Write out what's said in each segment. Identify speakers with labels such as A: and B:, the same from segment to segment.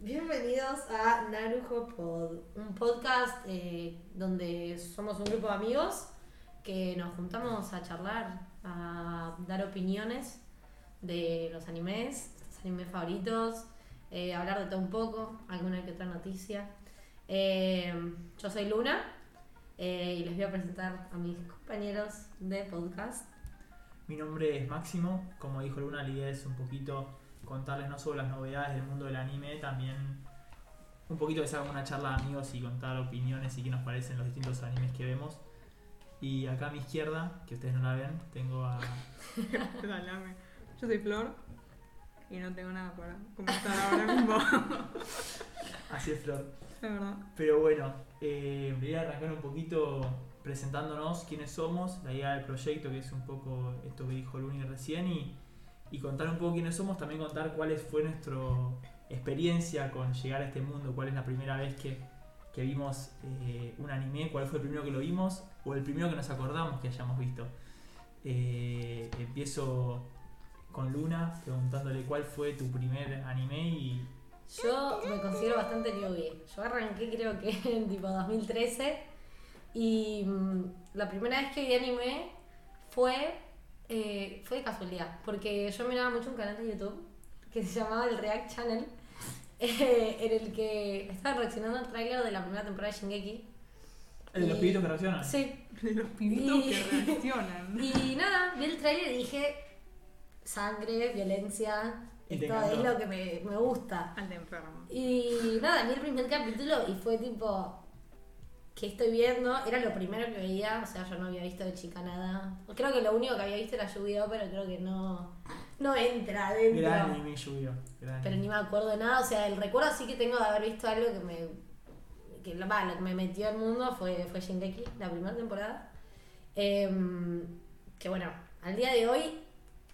A: Bienvenidos a Narujo Pod, un podcast eh, donde somos un grupo de amigos que nos juntamos a charlar, a dar opiniones de los animes, los animes favoritos, eh, hablar de todo un poco, alguna que otra noticia. Eh, yo soy Luna eh, y les voy a presentar a mis compañeros de podcast.
B: Mi nombre es Máximo, como dijo Luna, la idea es un poquito contarles no solo las novedades del mundo del anime, también un poquito que se haga una charla de amigos y contar opiniones y qué nos parecen los distintos animes que vemos. Y acá a mi izquierda, que ustedes no la ven, tengo a...
C: Salame. Yo soy Flor y no tengo nada para comentar ahora mismo.
B: Así es Flor.
C: La verdad.
B: Pero bueno, eh, voy a arrancar un poquito presentándonos quiénes somos, la idea del proyecto, que es un poco esto que dijo Luni recién, y, y contar un poco quiénes somos, también contar cuál es- fue nuestra experiencia con llegar a este mundo, cuál es la primera vez que, que vimos eh, un anime, cuál fue el primero que lo vimos, o el primero que nos acordamos que hayamos visto. Eh, empiezo con Luna preguntándole cuál fue tu primer anime y
A: Yo me considero bastante newbie. Yo arranqué creo que en tipo 2013 y mm, la primera vez que vi anime fue, eh, fue de casualidad, porque yo miraba mucho un canal de YouTube que se llamaba el React Channel, eh, en el que estaba reaccionando al tráiler de la primera temporada de Shingeki.
B: el de eh, los
A: Y-
B: pibitos que reaccionan.
A: Sí,
C: De los pibitos
A: Y-
C: que reaccionan.
A: Y nada, vi el trailer y dije, sangre, violencia,
B: Y te
A: esto es
B: encantó.
A: lo que me, me gusta.
C: Al de enfermo.
A: Y nada, vi el primer capítulo y fue tipo, ¿qué estoy viendo? Era lo primero que veía, o sea, yo no había visto de chica nada. Creo que lo único que había visto era lluvia, pero creo que no, no entra adentro.
B: Gran anime lluvio. gran
A: Pero
B: anime.
A: ni me acuerdo de nada, o sea, el recuerdo sí que tengo de haber visto algo que me. Que, lo- va, lo que me metió al mundo fue, fue Shingeki, la primera temporada. Em, que bueno, al día de hoy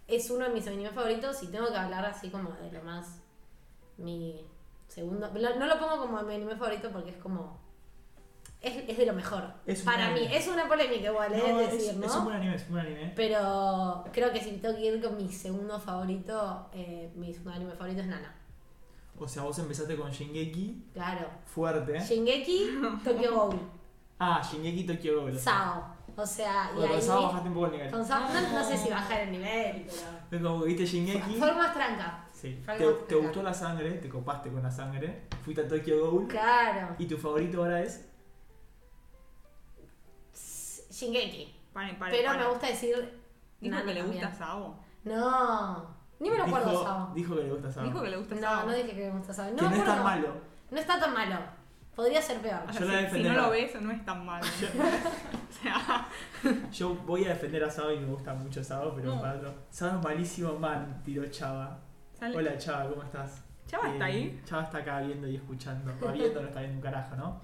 A: es uno de mis animes favoritos y tengo que hablar así como de lo más. Mi segundo. lo- No lo pongo como mi anime favorito porque es como. Es, es de lo mejor.
B: Es un
A: Para mí,
B: anime.
A: es una polémica igual, es
B: No,
A: decir,
B: es,
A: ¿no?
B: es un buen anime, es un buen anime.
A: Pero creo que si tengo que ir con mi segundo favorito, eh, mi segundo anime favorito es Nana.
B: O sea, vos empezaste con Shingeki
A: Claro.
B: fuerte.
A: Shingeki, Tokyo Ghoul,
B: ah, Shingeki Tokyo Ghoul.
A: Sao. O sea, y
B: Bueno,
A: ahí.
B: con Sao bajaste un poco el nivel.
A: con Sao, no, no sé si bajar el nivel,
B: Fue como que viste Shingeki.
A: pero. Fue más tranca.
B: Sí.
A: fue
B: Te,
A: algo
B: te
A: acá.
B: gustó la sangre, te copaste con la sangre. Fuiste a Tokyo Ghoul.
A: Claro.
B: Y tu favorito ahora es.
A: Shingeki.
C: Paren, paren.
A: Pero
C: paren.
A: me gusta decir.
C: Dijo
A: Nana
C: que le gusta
A: también.
C: Sao.
A: No. Ni me lo acuerdo
B: dijo,
A: Sao.
B: Dijo que le gusta Sao.
C: Dijo que le gusta
A: No,
C: Sao.
A: no dije que me gusta Sao. No
B: Que
A: me
B: no es
A: acuerdo.
B: tan malo.
A: No está tan malo. Podría ser peor.
C: O sea,
B: Yo la
C: si- si,
B: defenderé.
C: no lo ves, no es tan malo. o sea,
B: Yo voy a defender a Sao y me gusta mucho Sao, pero
C: No.
B: para otro. Sao es malísimo, man. Tiró Chava.
C: sale-
B: Hola Chava, ¿cómo estás?
C: Chava está
B: Eh,
C: ahí.
B: Chava está acá viendo y escuchando. Va viendo, no está viendo un carajo, ¿no?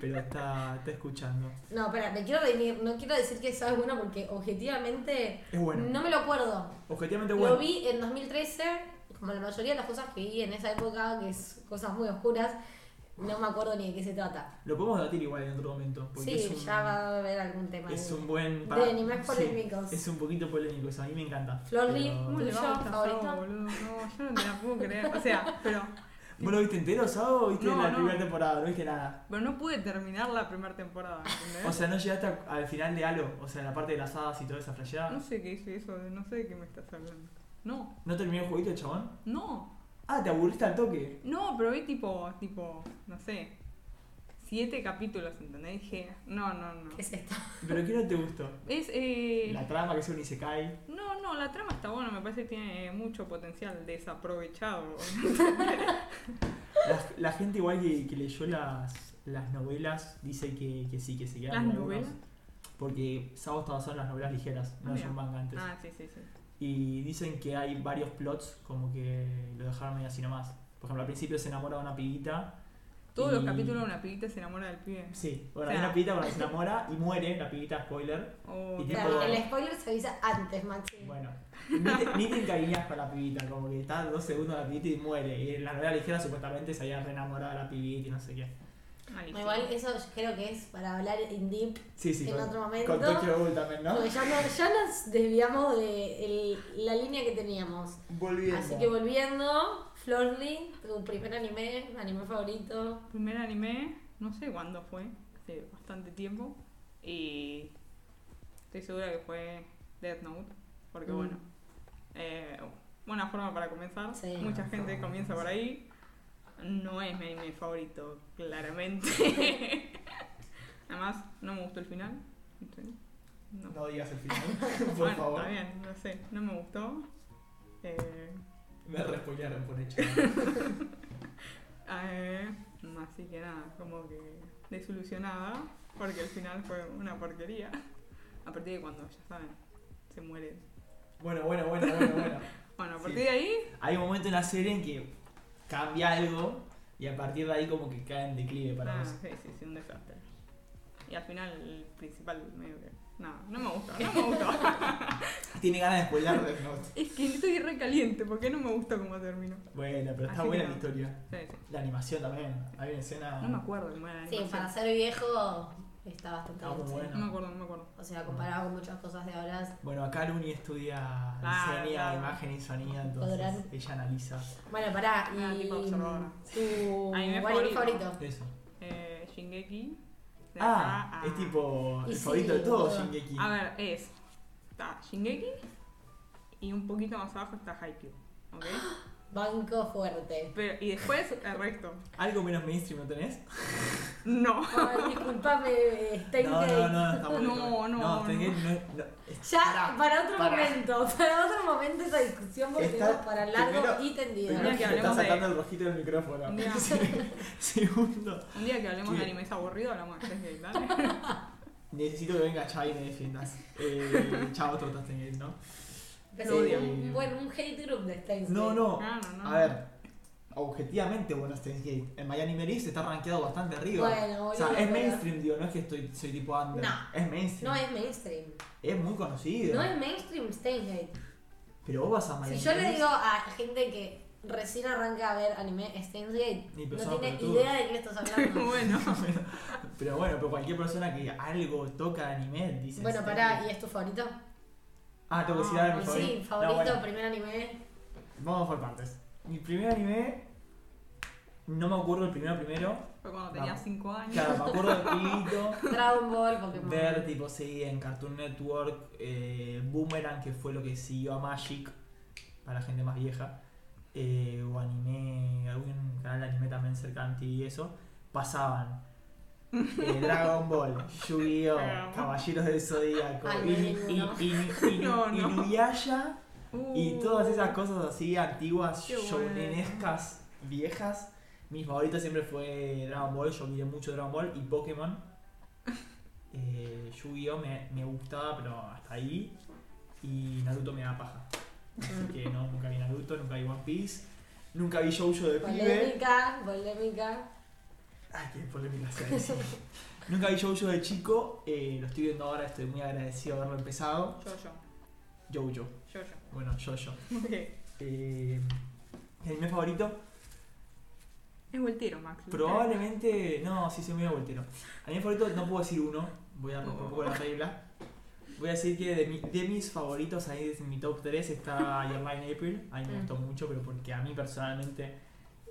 B: Pero está, está escuchando.
A: No, espera, me quiero redimir. No quiero decir que Sao es bueno porque objetivamente.
B: Es bueno.
A: No me lo acuerdo.
B: Objetivamente
A: Lo
B: bueno.
A: vi en 2013, como la mayoría de las cosas que vi en esa época, que es cosas muy oscuras, no me acuerdo ni de qué se trata.
B: Lo podemos debatir igual en otro momento. Porque
A: Sí,
B: es un,
A: ya va a haber algún tema.
B: es
A: de-
B: un buen.
A: de
B: para-
A: animes
B: sí,
A: polémicos.
B: es un poquito polémico eso, a mí me encanta.
A: Flor
B: pero-
A: Lee,
C: ¿Cómo
B: ¿Vos
C: le va a gustar
A: ¿Tuyo,
C: Sao,
A: favorito?
C: boludo? No, yo no te la puedo creer. O sea, pero,
B: lo viste entero, Sao? ¿O viste
C: No,
B: la
C: no.
B: primera temporada? No viste nada.
C: pero no pude terminar la primera temporada, ¿entendés?
B: O sea, no llegaste a- al final de Halo, o sea, la parte de las hadas y toda esa
C: no
B: flasheada.
C: sé qué hice eso, no sé de qué me estás hablando. No,
B: ¿No terminó el jueguito, chabón?
C: no.
B: Ah, te aburriste al toque.
C: No, pero vi tipo, tipo, no sé, siete capítulos, ¿entendés? Dije, no, no, no.
A: ¿Qué es esto?
B: ¿Pero qué no te gustó?
C: Es, eh,
B: La trama que es un Isekai.
C: no, no, la trama está buena, me parece que tiene mucho potencial desaprovechado.
B: La, la gente igual que, que leyó las, las novelas dice que, que sí, que se quedaron
C: ¿Las
B: con algunos.
C: novelas?
B: Porque Sao está basado en las novelas ligeras, no es
C: Mira.
B: un manga antes.
C: ah, sí, sí, sí.
B: Y dicen que hay varios plots como que lo dejaron medio así nomás. Por ejemplo, al principio se enamora de una pibita.
C: Todos los
B: y-
C: capítulos una pibita se enamora del pibe.
B: Sí, bueno,
C: O sea-
B: hay una pibita con la que se enamora y muere, la pibita, spoiler.
C: Oh,
B: Y
C: qué
B: tipo-
A: Claro,
C: mal.
A: el spoiler se avisa antes, Maxi.
B: Bueno, ni te, ni te encariñas con la pibita, como que está dos segundos la pibita y muere. Y en la novela ligera supuestamente se había reenamorado de la pibita y no sé qué.
C: Malísimo.
A: Igual eso yo creo que es para hablar in deep,
B: Sí, sí,
A: En
B: con,
A: otro momento.
B: con Tokyo Ghoul también, ¿no?
A: porque ya, no- ya nos desviamos de el- la línea que teníamos.
B: Volviendo.
A: Así que volviendo, Florly, tu primer anime, anime favorito.
C: Primer anime, no sé cuándo fue, hace bastante tiempo. Y estoy segura que fue Death Note, porque
A: Mm.
C: bueno, eh, buena forma para comenzar.
A: Sí.
C: Mucha
B: Buena
C: gente
B: forma.
C: comienza por ahí. No es mi anime favorito, claramente. Además, no me gustó el final. Entonces, no.
B: No digas el final, por
C: bueno,
B: favor.
C: está bien, no sé, no me gustó. Eh,
B: Me respoilearon por hecho.
C: Eh, así que nada, como que desilusionada, porque el final fue una porquería. A partir de cuando, ya saben, se muere.
B: Bueno, bueno, bueno, bueno, bueno.
C: Bueno, a
B: Sí.
C: partir de ahí,
B: Hay un momento en la serie en que cambia algo y a partir de ahí como que cae en declive para
C: nada,
B: vos.
C: sí, sí, sí, un desastre. Y al final, el principal, medio que. Nada, no me gustó, no me gustó.
B: Tiene ganas de spoiler Death Note.
C: es que estoy recaliente, porque no me gustó cómo terminó.
B: Bueno, pero está
C: Así
B: buena
C: que
B: la
C: no.
B: historia.
C: Sí, sí.
B: La animación también. Hay una escena.
C: No me acuerdo cómo era la
A: Sí,
C: animación.
A: para ser viejo está bastante
B: Está muy
A: bien, sí.
B: bueno.
C: No me acuerdo, no me acuerdo.
A: O sea, comparado con muchas cosas de ahora.
B: Bueno, acá Luni estudia diseña,
C: Claro, Ah, claro.
B: imagen y sonido, entonces
A: Podrán.
B: ella analiza
A: Bueno, pará, y.
C: Ah, tipo observadora.
A: Tu
C: Anime
A: anime
C: favorito.
A: favorito.
B: eso.
C: Eh, Shingeki. de acá
B: Ah,
C: a-
B: es tipo
A: Y
B: el
A: sí,
B: favorito de todos,
A: boludo.
B: Shingeki.
C: A ver, es. Está Shingeki. Y un poquito más abajo está Haikyuu. ¿Ok?
A: Banco fuerte.
C: Pero, y después el resto.
B: ¿Algo menos mainstream no tenés?
C: No.
A: Ay, disculpame, Steins
B: No,
A: Gate.
B: no, no, está bueno.
C: No,
B: está bueno.
C: no,
B: No, Steins Gate no, no.
A: Ya, para, otro
B: pará.
A: momento, para otro momento esa discusión porque
B: Está-
A: tenemos para largo
B: primero-
A: y tendido.
B: Primero que
C: que
B: te está
C: hablemos de-
B: sacando el rojito del micrófono.
C: Mira.
B: Segundo,
C: Un día que hablemos
B: Sí.
C: de animes aburridos, hablamos de Shingeki. dale.
B: necesito que venga Chai y me defiendas. Eh, chao, todos Steins Gate, ¿no?
A: Pero
C: No,
A: sí,
C: digo.
A: un, bueno, un hate group de Steins
B: No,
A: Gate.
B: no.
C: No, no, no.
B: A ver, objetivamente, bueno, Steins Gate. En Miami Meris está rankeado bastante arriba.
A: Bueno,
B: o sea,
A: boludo,
B: es
A: pero-
B: mainstream, digo, no es que estoy, soy tipo under.
A: No.
B: Es mainstream.
A: No es mainstream.
B: Es muy conocido.
A: No es mainstream Steins Gate.
B: Pero vos vas a Miami
A: Si yo le
B: Meris,
A: digo a gente que recién arranca a ver anime Steins Gate,
B: Ni
A: no
B: pensaba,
A: tiene
B: pelotudo.
A: idea de qué le estás hablando.
C: bueno.
B: Pero bueno, pero cualquier persona que algo toca de anime dice.
A: bueno,
B: Steins
A: pará,
B: Gate.
A: ¿y es tu favorito?
B: Ah, tengo que decir algo.
C: Ah,
B: mi
A: Sí,
B: No,
A: favorito,
B: bueno.
A: primer anime.
B: Vamos por partes. Mi primer anime. No me acuerdo el primero primero.
C: Fue cuando tenía
B: No.
C: 5 años.
B: Claro, me acuerdo de Pibito.
A: Dragon Ball, Pokémon.
B: Ver, tipo, sí, en Cartoon Network. eh, Boomerang, que fue lo que siguió a Magic. Para gente más vieja. eh, o anime. Algún canal de anime también cercano y eso. Pasaban. eh, Dragon Ball, Yu-Gi-Oh!
C: Amo.
B: Caballeros del Zodíaco,
A: Ay, no,
B: Inu-
A: ninguno.
B: Inu- Inu- Inu-
C: No, no.
B: Inuyasha. Y todas esas
C: Uh,
B: cosas así antiguas,
C: Qué bueno.
B: shounenescas, viejas. Mi favorita siempre fue Dragon Ball, yo miré mucho Dragon Ball y Pokémon. Eh, Yu-Gi-Oh! Me, me gustaba, pero hasta ahí. Y Naruto me da paja. Así
C: Mm.
B: que no, nunca vi Naruto, nunca vi One Piece, nunca vi Shoujo de pibe.
A: Polémica, polémica.
B: Ay, qué polémica sea eso. Nunca vi Shoujo de chico, eh, lo estoy viendo ahora, estoy muy agradecido de haberlo empezado.
C: Yo, yo.
B: Jojo,
C: Yo, yo.
B: bueno, Jojo.
C: Ok.
B: Eh, ¿Mi anime favorito?
C: Es voltero, Max.
B: Probablemente. No, sí, soy medio voltero. A mi favorito no puedo decir uno. Voy a romper un poco la regla. Voy a decir que de, mi- de mis favoritos, ahí de mi top 3 está Your Lie in April. A mí me
A: Mm.
B: gustó mucho, pero porque a mí personalmente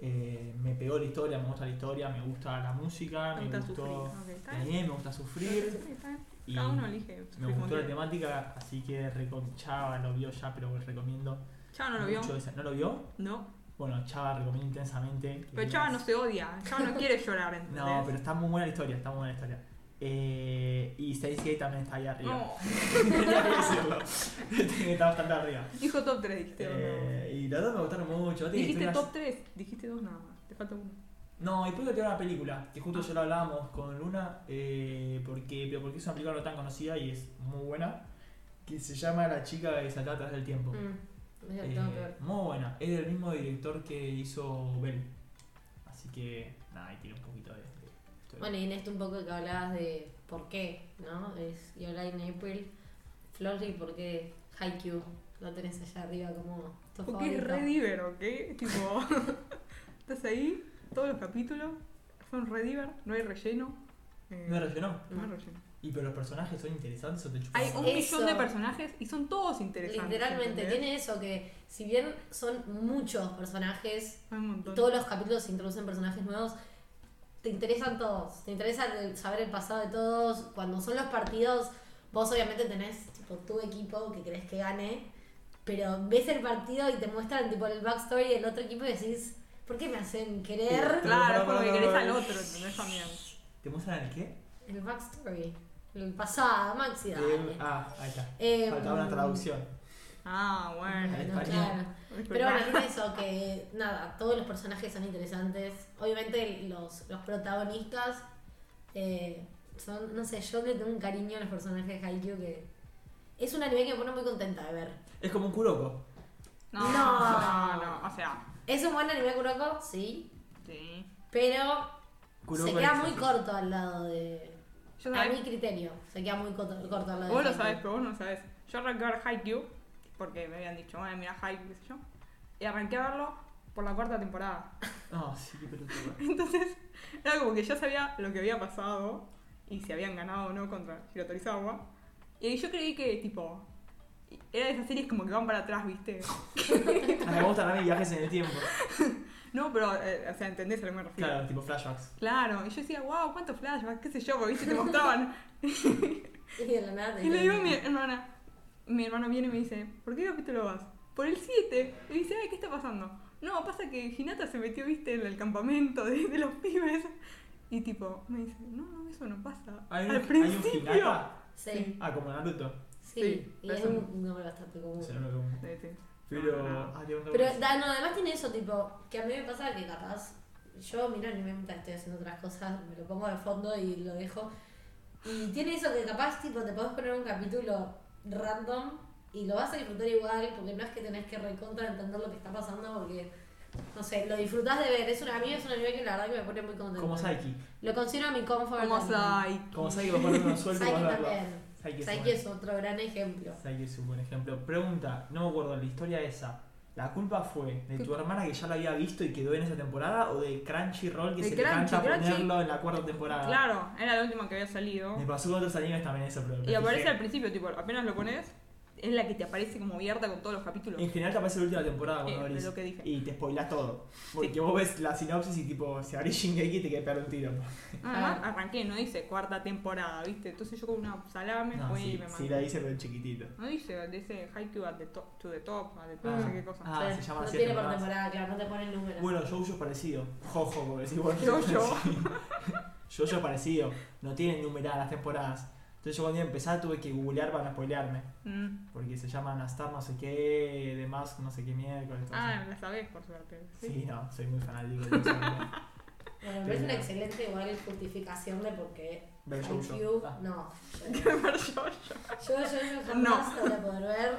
B: eh, me pegó la historia, me gusta la historia, me gusta la música, me
C: Me gusta
B: gustó
C: sufrir. Ok, está
B: el
C: bien.
B: anime, me gusta sufrir.
C: Está bien.
B: Y
C: Cada uno elige. su
B: me gustó la
C: motivo.
B: temática, así que recom- Chava lo vio ya, pero recomiendo.
C: Chava no lo vio.
B: mucho esa- ¿No lo vio?
C: No.
B: Bueno, Chava recomiendo intensamente. que
C: Pero Chava
B: veas.
C: no se odia. Chava no quiere llorar, ¿entendés?
B: No, pero está muy buena la historia, está muy buena la historia. Eh, y Stacy Gate también está ahí arriba.
C: No.
B: Tenía que decirlo. está bastante arriba.
C: Dijo top 3, dijiste.
B: Eh, y los dos me gustaron mucho. tiene
C: Este Dijiste
B: historias-
C: top 3, dijiste dos nada más, te falta uno.
B: No, y después tiene una película, que
C: Ah.
B: justo ya lo hablábamos con Luna, eh, porque, pero porque es una película no tan conocida y es muy buena, que se llama La chica que saltaba atrás del tiempo.
A: Mm, es
B: Eh,
A: el tono peor.
B: muy buena, es del mismo director que hizo Bell. Así que, nada, ahí tiene un poquito de... de historia.
A: Bueno, y en esto un poco que hablabas de por qué, ¿no? Es Your Lie in April, Florly, ¿por qué Haikyuu lo tenés allá arriba como tu
C: Porque es
A: favorito?
C: re diver, ¿ok? Tipo, estás ahí, todos los capítulos son re diver, no hay relleno. eh,
B: ¿No rellenó?
C: no hay
A: No.
C: relleno.
B: Y pero los personajes son interesantes o te chupan
C: Hay
B: un
C: un
B: huevo?
C: millón de
A: Eso.
C: personajes y son todos interesantes.
A: Literalmente,
C: ¿entendés?
A: tiene eso que, si bien son muchos personajes,
C: Hay un montón.
A: todos los capítulos se introducen personajes nuevos, te interesan todos. Te interesa el- saber el pasado de todos. Cuando son los partidos, vos obviamente tenés tipo, tu equipo que crees que gane, pero ves el partido y te muestran tipo el backstory del otro equipo y decís, ¿por qué me hacen querer
C: Claro, es
B: Pero,
C: como que
B: pero,
C: querés
B: pero,
C: al otro, ¿entendés también?
B: ¿Te muestran el qué?
A: el backstory? El pasado, Maxi, dale.
B: Eh, ah, ahí está.
A: Em,
B: Faltaba una traducción.
C: Ah, bueno.
B: Al
A: no,
B: español.
A: claro.
C: Es
A: Pero bueno,
C: verdad.
A: tiene eso, que nada, todos los personajes son interesantes. Obviamente los, los protagonistas eh, son, no sé, yo le tengo un cariño a los personajes de Haikyuu que es un anime que me pone muy contenta de ver.
B: Es como un Kuroko.
C: No,
A: No.
C: no, no, o sea,
A: Es un buen anime Kuroko, sí,
C: sí.
A: pero
B: Kuroko
A: se queda
B: es-
A: muy corto al lado de...
C: Yo
A: A
C: sabés,
A: mi criterio, se queda muy corto, corto al lado
C: vos
A: de...
C: lo
A: Haikyuu.
C: sabés, pero vos no sabés. Yo arranqué a ver Haikyuu porque me habían dicho, bueno, mira Haikyuu, qué sé yo. Y arranqué a verlo por la cuarta temporada.
B: No, sí, pero tú.
C: Entonces, era como que ya sabía lo que había pasado y si habían ganado o no contra Hirotorizawa. Y yo creí que, tipo, era de esas series como que van para atrás, ¿viste?
B: Ah, Me gustan a mí viajes en el tiempo.
C: No, pero, eh, o sea, ¿entendés a lo que me refiero?
B: Claro, tipo flashbacks.
C: Claro, y yo decía, wow, cuántos flashbacks, qué sé yo, porque viste, te mostraban.
A: Y de la nada te
C: Y le digo a
A: dicen,
C: mi hermana, mi hermano viene y me dice, ¿por qué capítulo vas? Por el 7. Y dice, ay, ¿qué está pasando? No, pasa que Hinata se metió, viste, en el campamento de, de los pibes. Y tipo, me dice, no, no, eso no pasa.
B: ¿Hay un,
C: Al
B: ¿hay un
C: principio.
B: Hinata?
A: Sí,
B: Ah, como Naruto.
A: sí,
C: Sí,
A: y es
C: eso.
A: un nombre bastante común.
B: Se lo pregunto.
C: Sí, sí.
B: Pero.
C: No, no, no.
B: Ah, tengo
A: Uh. Pero
B: pregunta.
A: da- no, además tiene eso, tipo, que a mí me pasa que capaz, yo miro anime mientras estoy haciendo otras cosas, me lo pongo de fondo y lo dejo. Y tiene eso que capaz, tipo, te podés poner un capítulo random y lo vas a disfrutar igual, porque no es que tenés que recontra entender lo que está pasando, porque, no sé, lo disfrutás de ver. Es una, a mí es un anime que la verdad que me pone muy contenta.
B: Como Saiki.
A: Lo considero mi comfort.
C: Como
A: anime.
C: Saiki.
B: Como Saiki, vos pones uno suelto y
A: Saiki
B: vas a verlo.
A: también.
B: Saiki es
A: Saiki
B: bueno.
A: es otro gran ejemplo.
B: Saiki es un buen ejemplo. Pregunta, no me acuerdo la historia esa. ¿La culpa fue de tu hermana que ya la había visto y quedó en esa temporada o de Crunchyroll que
C: De
B: se le canta
C: Crunchy,
B: ponerlo en la cuarta temporada?
C: Claro, era la última que había salido.
B: Me pasó con otros animes también eso, pero.
C: Y aparece
B: dije,
C: al principio, tipo, apenas lo pones, es la que te aparece como abierta con todos los capítulos.
B: En general te aparece la última temporada cuando
C: Eh,
B: abrís.
C: es lo que dije.
B: Y te spoilás todo. Porque vos ves la sinopsis y tipo, si abrís Shingeki te queda pegar un tiro.
C: Además, arranqué, no dice cuarta temporada, ¿viste? Entonces yo con una salame
B: No,
C: fui y
B: sí,
C: me mandé.
B: sí la hice pero en chiquitito.
C: No dice, dice Haikyuu at the top, to the top, a the top,
B: Ah,
C: no sé qué cosa.
B: ah,
A: Sí.
B: se llama
A: no
B: así
A: tiene
B: la
A: por temporada,
B: temporada.
A: claro, no te pone el número.
B: Bueno, Jojo es parecido. Jojo, como decís vos.
C: Jojo.
B: Sí. Jojo es parecido. No tienen numeradas las temporadas. Entonces yo cuando iba a empezar tuve que googlear para no spoilearme.
C: Mm.
B: Porque se llaman Astar no sé qué, de Mask no sé qué miércoles. todo
C: Ah,
B: eso.
C: la sabés, por suerte. Sí.
B: Sí, no, soy muy fanático de eso.
A: Bueno, me parece una excelente igual justificación de por qué
B: Ver
A: Haikyuu-
B: Jojo. Ah.
A: no.
C: Pero yo,
A: Yo,
C: yo.
A: yo, yo jamás no. voy a poder ver,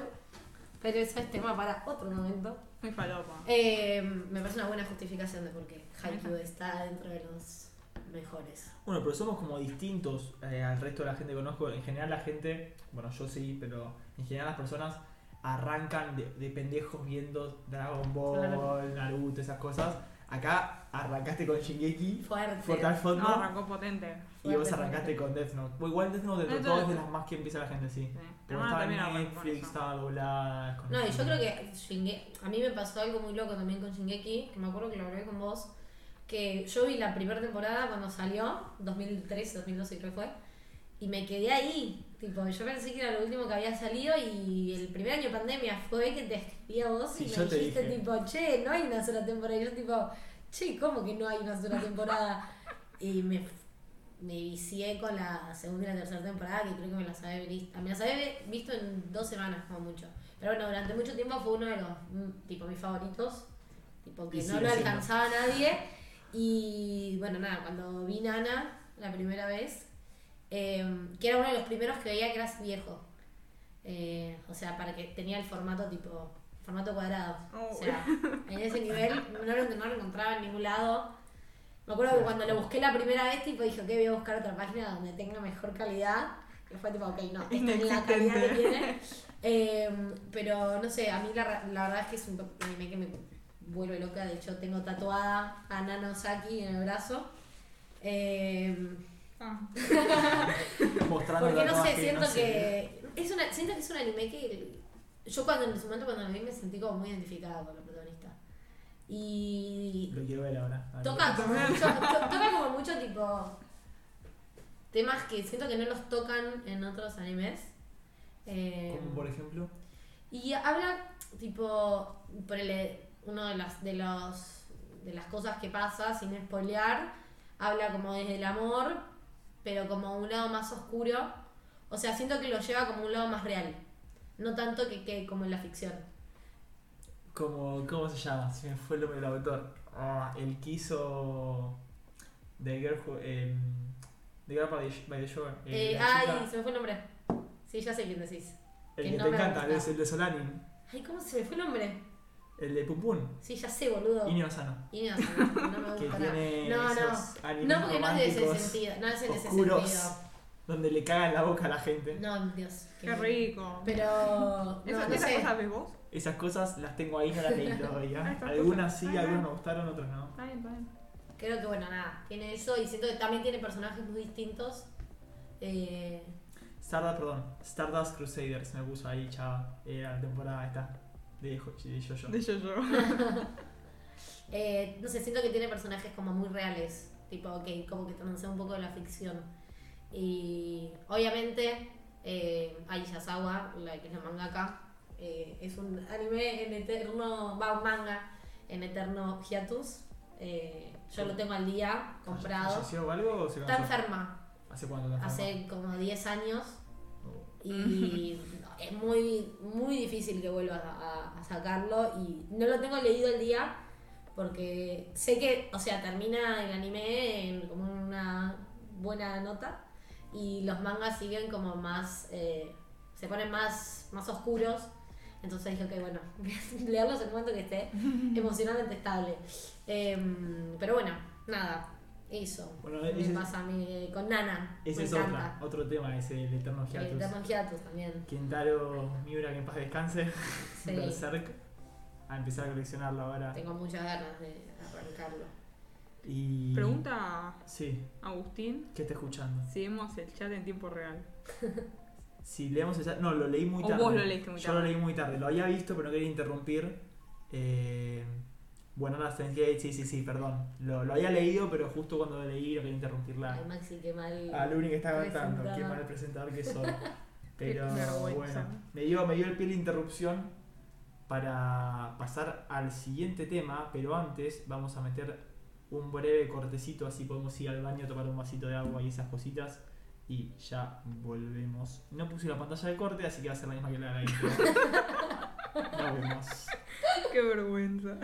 A: pero eso es tema para otro momento.
C: Muy falopa.
A: Eh, me parece una buena justificación de por qué Haikyuu está dentro de los mejores.
B: Bueno, pero somos como distintos eh, al resto de la gente que conozco. En general la gente, bueno yo sí, pero en general las personas arrancan de, de pendejos viendo Dragon Ball, Naruto, esas cosas. Acá arrancaste con Shingeki,
A: Fuerte.
B: fuerte al
C: No,
B: fondo,
C: arrancó potente.
B: y vos arrancaste con Death Note. Bueno, igual Death Note de
C: Death
B: todas es
C: Note.
B: de las más que empieza la gente, sí.
C: Sí. Mi
B: Pero
C: hermana
B: estaba en
C: también arrancó con
B: Netflix,
C: eso.
B: estaba doblada. es
A: No, y yo
B: conocida.
A: creo que Shinge- a mí me pasó algo muy loco también con Shingeki, que me acuerdo que lo hablé con vos, que yo vi la primera temporada cuando salió, 2013, 2012 creo que fue, y me quedé ahí, tipo, yo pensé que era lo último que había salido y el primer año de pandemia fue que te escribí a vos
B: Sí,
A: y
B: yo
A: me
B: te
A: dijiste
B: dije.
A: tipo, che, no hay una sola temporada, y yo tipo, che, ¿cómo que no hay una sola temporada? y me me vicié con la segunda y la tercera temporada, que creo que me las había visto, me las había visto en dos semanas como mucho. Pero bueno, durante mucho tiempo fue uno de los, mm, tipo, mis favoritos, tipo, que
B: Y
A: no
B: sigue
A: lo
B: siendo.
A: alcanzaba nadie. Y bueno, nada, cuando vi Nana la primera vez, eh, que era uno de los primeros que veía que eras viejo. Eh, o sea, para que tenía el formato tipo, formato cuadrado. O
C: Oh.
A: sea, en ese nivel no lo, no lo encontraba en ningún lado. Me acuerdo que cuando lo busqué la primera vez, tipo, dije, ok, voy a buscar otra página donde tenga mejor calidad. Y fue tipo, ok, no, esta es la calidad que
C: Inexistente.
A: tiene. Eh, pero no sé, a mí la, ra- la verdad es que es un to- anime que me vuelve loca. De hecho, tengo tatuada a Nana Osaki en el brazo. Eh,
C: Ah.
B: Mostrando
A: Porque
B: la
A: no
B: cama
A: sé, siento
B: sé.
A: que. Es una, siento que es un anime que. Yo cuando en su momento cuando lo vi me sentí como muy identificada con la protagonista. Y.
B: Lo quiero ver ahora. A ver.
A: Toca como mucho, to- toca como mucho tipo. Temas que siento que no los tocan en otros animes. Eh,
B: Como por ejemplo.
A: y habla, tipo, por el, uno de las, de los de las cosas que pasa, sin spoilear, habla como desde el amor, pero como un lado más oscuro. O sea, siento que lo lleva como un lado más real. No tanto que, que como en la ficción.
B: Como, ¿Cómo se llama? Se me fue el nombre del autor. Ah, el que hizo. The Girl, Who- em, The Girl by the, by the Shore. eh,
A: Eh,
B: la chica-
A: ay, se me fue el nombre. Sí, ya sé quién decís.
B: el
A: que
B: que,
A: no
B: te
A: me
B: encanta,
A: gusta.
B: es el de Solanin.
A: Ay, ¿cómo se me fue el nombre?
B: El de Pum Pum.
A: Sí, ya sé, boludo.
B: Inio Asano.
A: Y no, no, no me
B: Que
A: gusta nada.
B: tiene
A: Oh. No, no.
B: esos animes
A: No, porque no es de ese
B: románticos
A: sentido. No es en ese
B: oscuros.
A: sentido.
B: Donde le cagan la boca a la gente.
A: No, Dios.
C: Qué rico.
A: Pero. No,
C: ¿Eso,
A: no
C: ¿Esa
A: sé.
C: cosa ves vos?
B: Esas cosas las tengo ahí, no las leí todavía.
C: Ah, estas
B: Algunas
C: cosas.
B: sí,
C: Ah,
B: algunas
C: ah.
B: me gustaron, otras no.
C: Está bien, está bien.
A: Creo que bueno, nada. Tiene eso y siento que también tiene personajes muy distintos. Eh,
B: Stardust, perdón. Stardust Crusaders me puso ahí, chava. Era la temporada esta de Jo- de Jojo.
C: De yo, yo.
A: eh, no sé, siento que tiene personajes como muy reales. Tipo, que como que transea un poco de la ficción. Y obviamente, eh, Ai Yasawa, la que es la mangaka, eh, es un anime en eterno. Va, un manga en eterno hiatus. Eh, yo lo tengo al día, comprado.
B: ¿Falleció o algo o se
A: Está
B: cansó?
A: enferma.
B: ¿Hace cuánto? está enferma?
A: Hace como 10 años.
B: Oh.
A: y no, es muy, muy difícil que vuelva a, a- a sacarlo y no lo tengo leído el día porque sé que, o sea, termina el anime en como una buena nota y los mangas siguen como más, eh, se ponen más, más oscuros. Entonces dije, ok, bueno, voy a leerlos en cuanto que esté emocionalmente estable. Em, pero bueno, nada, eso.
B: Bueno,
A: me
B: ese,
A: pasa a mí eh, con Nana.
B: ese
A: me
B: es
A: encanta.
B: otra, otro tema, ese el Eterno
A: Eh,
B: Hiatus.
A: Dame un hiatus también.
B: Quintaro Miura, que en paz descanse.
A: Sí.
B: Berserk. A empezar a coleccionarlo ahora.
A: Tengo muchas ganas de arrancarlo.
B: Y...
C: Pregunta a
B: Sí,
C: Agustín
B: ¿qué está escuchando?
C: si vemos el chat en tiempo real.
B: Si leemos el chat- No, lo leí muy
C: O
B: tarde.
C: vos lo leíste muy
B: Yo lo
C: tarde.
B: leí muy tarde. Lo había visto, pero no quería interrumpir. Eh, bueno, ahora Steins Gate, sí, sí, sí, perdón. Lo, lo había leído, pero justo cuando lo leí no quería interrumpirla.
A: Ay, Maxi, qué mal.
B: A Luni Ah, que está cantando.
A: Presentada.
B: Qué mal presentador que soy. Pero
C: Qué vergüenza.
B: bueno, me dio, me dio el pie la interrupción para pasar al siguiente tema, pero antes vamos a meter un breve cortecito, así podemos ir al baño, tomar un vasito de agua y esas cositas. Y ya volvemos. No puse la pantalla de corte, así que va a ser la misma que la de la intro. Nos vemos.
C: Qué vergüenza.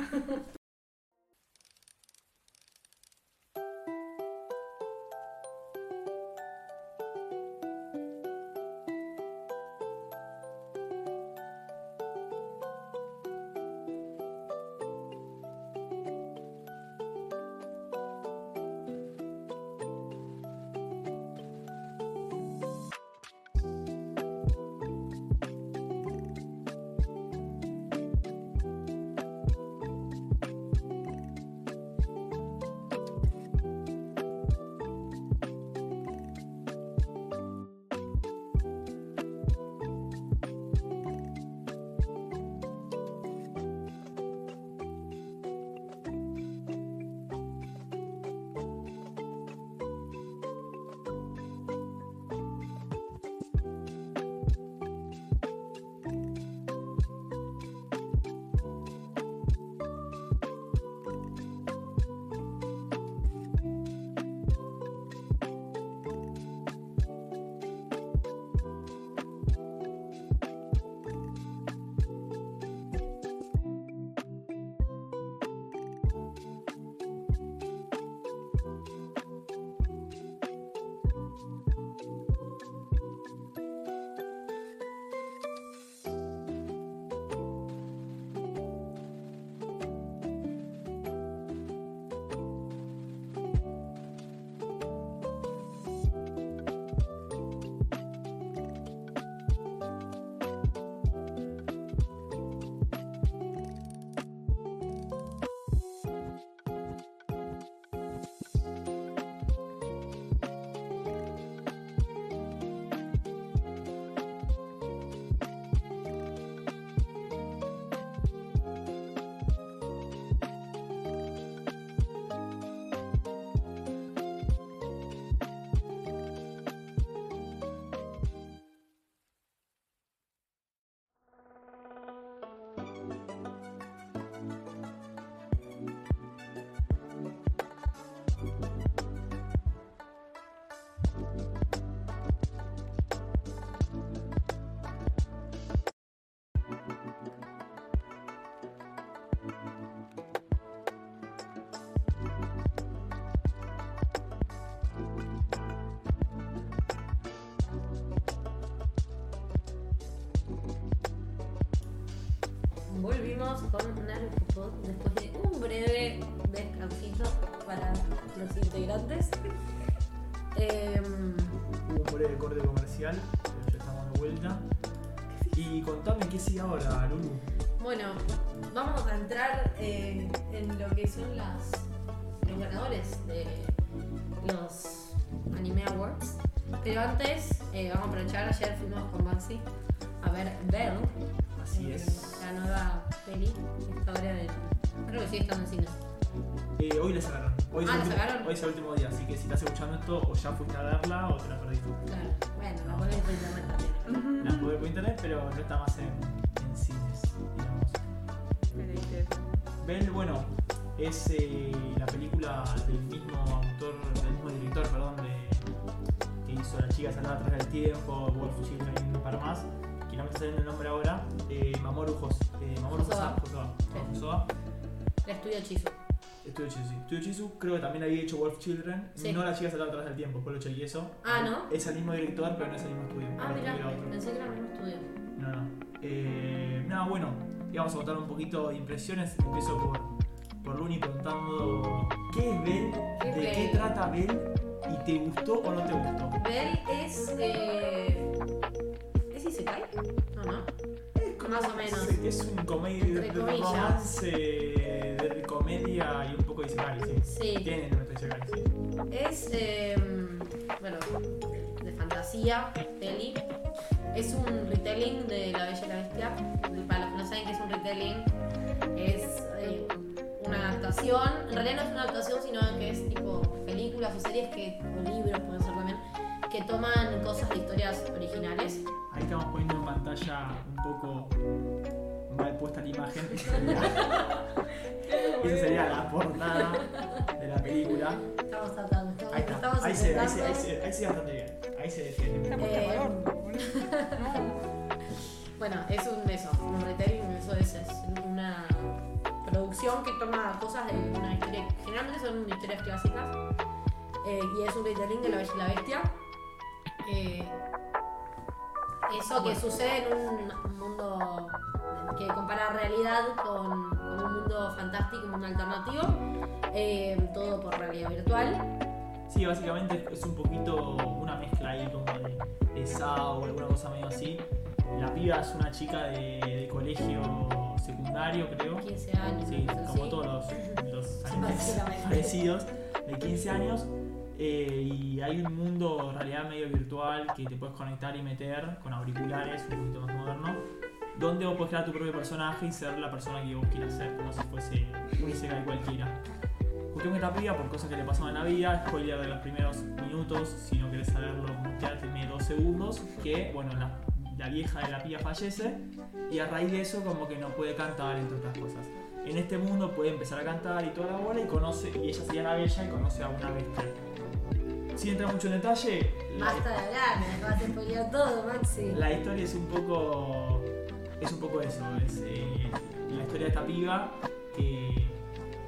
A: volvemos con Naruto Pod después de un breve descansito para los integrantes. Em,
B: Hubo un breve corte comercial, pero ya estamos de vuelta. Y contame qué sigue ahora, Lulu.
A: bueno, vamos a entrar eh, en lo que son las, los ganadores de los Anime Awards. Pero antes, eh, vamos a aprovechar, ayer fuimos con Maxi a ver Bell.
B: Así
A: eh,
B: es.
A: La nueva peli que está ahora en- Creo que sigue estando en cines.
B: Eh, hoy la sacaron. Hoy es
A: Ah,
B: el
A: ¿la
B: último-
A: sacaron?
B: Hoy es el último día, así que si estás escuchando esto, o ya fuiste a verla o te la perdiste.
A: Claro, bueno, la ponés por internet también.
B: La pude ver por internet, pero no está más en, en cines, digamos. Bell, bueno, es eh, la película del mismo autor, del mismo director, perdón, de- que hizo La chica salada atrás del tiempo, Wolf Fusil también para más, que no me sale el nombre ahora, eh, Mamoru Hos, eh, Mamoru
A: Hosoda.
B: Hosoda, Hosoda, Hosoda.
A: El estudio hechizo.
B: Estudio Chizu. Estudio Chizu creo que también había hecho Wolf Children,
A: Sí.
B: no La chica salada atrás del tiempo, después lo chequeé eso.
A: Ah, ¿no?
B: Es el mismo director, pero no es el mismo estudio.
A: Ah,
B: ahora
A: mira,
B: estuviera otro.
A: pensé que era el mismo estudio.
B: No, no. Eh, nada, bueno, y vamos a contar un poquito de impresiones. Empiezo por, por Luni contando qué es Bell,
A: ¿Qué es
B: de
A: Bell?
B: qué trata Bell y te gustó o no te gustó.
A: Bell es. Eh... ¿Es Isekai? No, no. Más o menos.
B: Es, es un comedia
A: Entre
B: de
A: comillas.
B: romance, de comedia y un poco de isekai, sí.
A: Sí.
B: Tiene el elemento de isekai, sí.
A: Es. Eh... Bueno, de fantasía, peli. Es un retelling de La Bella y la Bestia. Para los que no saben qué es un retelling, es eh, una adaptación. En realidad no es una adaptación, sino que es tipo películas o series que, o libros pueden ser también, que toman cosas de historias originales.
B: Ahí estamos poniendo en pantalla un poco mal puesta la imagen. Esa sería la portada de la película.
A: Estamos tratando, estamos,
B: Ahí está.
A: estamos
B: Ahí se, ahí, se,
A: intentando.
B: ahí, se, ahí se bastante bien. Ahí se defiende.
C: Está puesta para el horno, boludo.
A: Bueno, es un eso, un retelling, eso es, es una producción que toma cosas de una historia, generalmente son historias clásicas, eh, y es un retelling de La Bella y la Bestia. Eh, eso que sucede en un mundo que compara realidad con, con un mundo fantástico, un mundo alternativo, eh, todo por realidad virtual.
B: Sí, básicamente es un poquito una mezcla ahí como de, de Sao o alguna cosa medio así. La piba es una chica de, de colegio secundario, creo.
A: 15 años.
B: Sí,
A: cosas
B: como
A: así.
B: todos los, los animes
A: Básicamente.
B: parecidos, de 15 años. eh, y hay un mundo en realidad medio virtual que te puedes conectar y meter con auriculares, un poquito más moderno, donde vos podés crear tu propio personaje y ser la persona que vos quieras ser, como si fuese un Isekai cualquiera. Cuestión que esta piba, por cosas que le pasaron en la vida, spoiler de los primeros minutos, si no querés saberlo, muteate, tiene dos segundos, que, bueno, la, la vieja de la piba fallece y a raíz de eso como que no puede cantar, entre otras cosas. En este mundo puede empezar a cantar y toda la bola y conoce, y ella sería la bella y conoce a una bestia. Sin entrar mucho en detalle, la,
A: Basta de hablar, me vas a spoilear todo, Maxi.
B: la historia es un poco. Es un poco eso. Es eh, la historia de esta piba que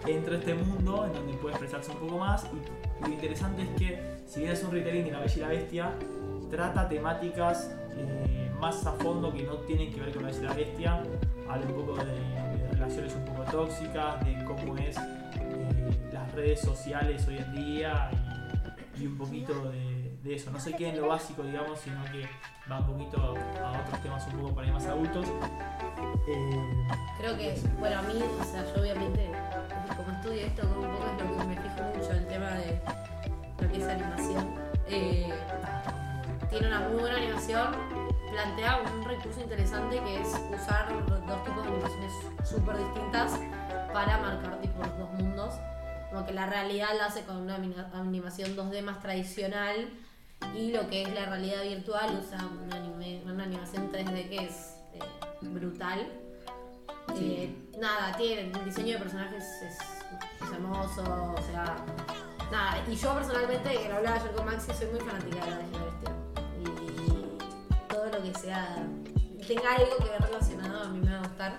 B: entra a este mundo en donde puede expresarse un poco más. Y lo interesante es que, si bien es un retelling de La Bella y la Bestia, trata temáticas eh, más a fondo que no tienen que ver con La Bella y la Bestia. Habla un poco de, de relaciones un poco tóxicas, de cómo es eh, las redes sociales hoy en día y, y un poquito de, de eso. No se queda en lo básico, digamos, sino que va un poquito a otros temas un poco para ir más adultos. Eh,
A: Creo que, bueno, a mí, o sea, yo obviamente, como estudio esto, como un poco es lo que me fijo mucho, el tema de lo que es animación. Eh, tiene una muy buena animación, plantea un recurso interesante que es usar dos tipos de animaciones súper distintas para marcar tipo los dos mundos. Como que la realidad la hace con una anima- animación 2D más tradicional y lo que es la realidad virtual usa un anime- una animación 3D que es eh, brutal.
B: Sí.
A: Eh, nada, tiene el diseño de personajes es, es hermoso, o sea, nada. Y yo personalmente, que lo hablaba ayer con Maxi, soy muy fanática de la Bella y la Bestia. Y todo lo que sea, tenga algo que ver relacionado, a mí me va a gustar.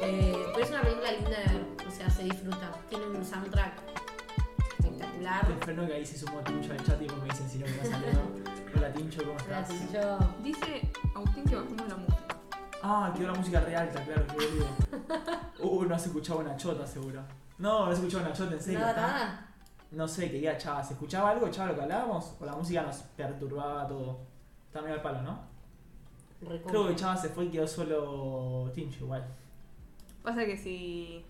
A: Eh, pero es una película linda de ver, o sea, se disfruta. Tiene un soundtrack espectacular.
B: Te freno que ahí se sumó Tincho al chat y como me dicen si no me vas a Hola Tincho, ¿cómo estás?
A: Gracias, yo.
C: Dice Agustín que bajemos la música.
B: Ah, quedó la música re alta, claro, qué boludo. Uh, no has escuchado una chota, seguro. No, no has escuchado una chota, en serio.
A: Nada,
B: está-
A: nada.
B: No sé, quería Chava. ¿Se escuchaba algo, Chava, lo que hablábamos? ¿O la música nos perturbaba todo? Está medio al palo, ¿no? Creo que
A: Recontra.
B: Chava se fue y quedó solo Tincho igual.
C: Pasa que si.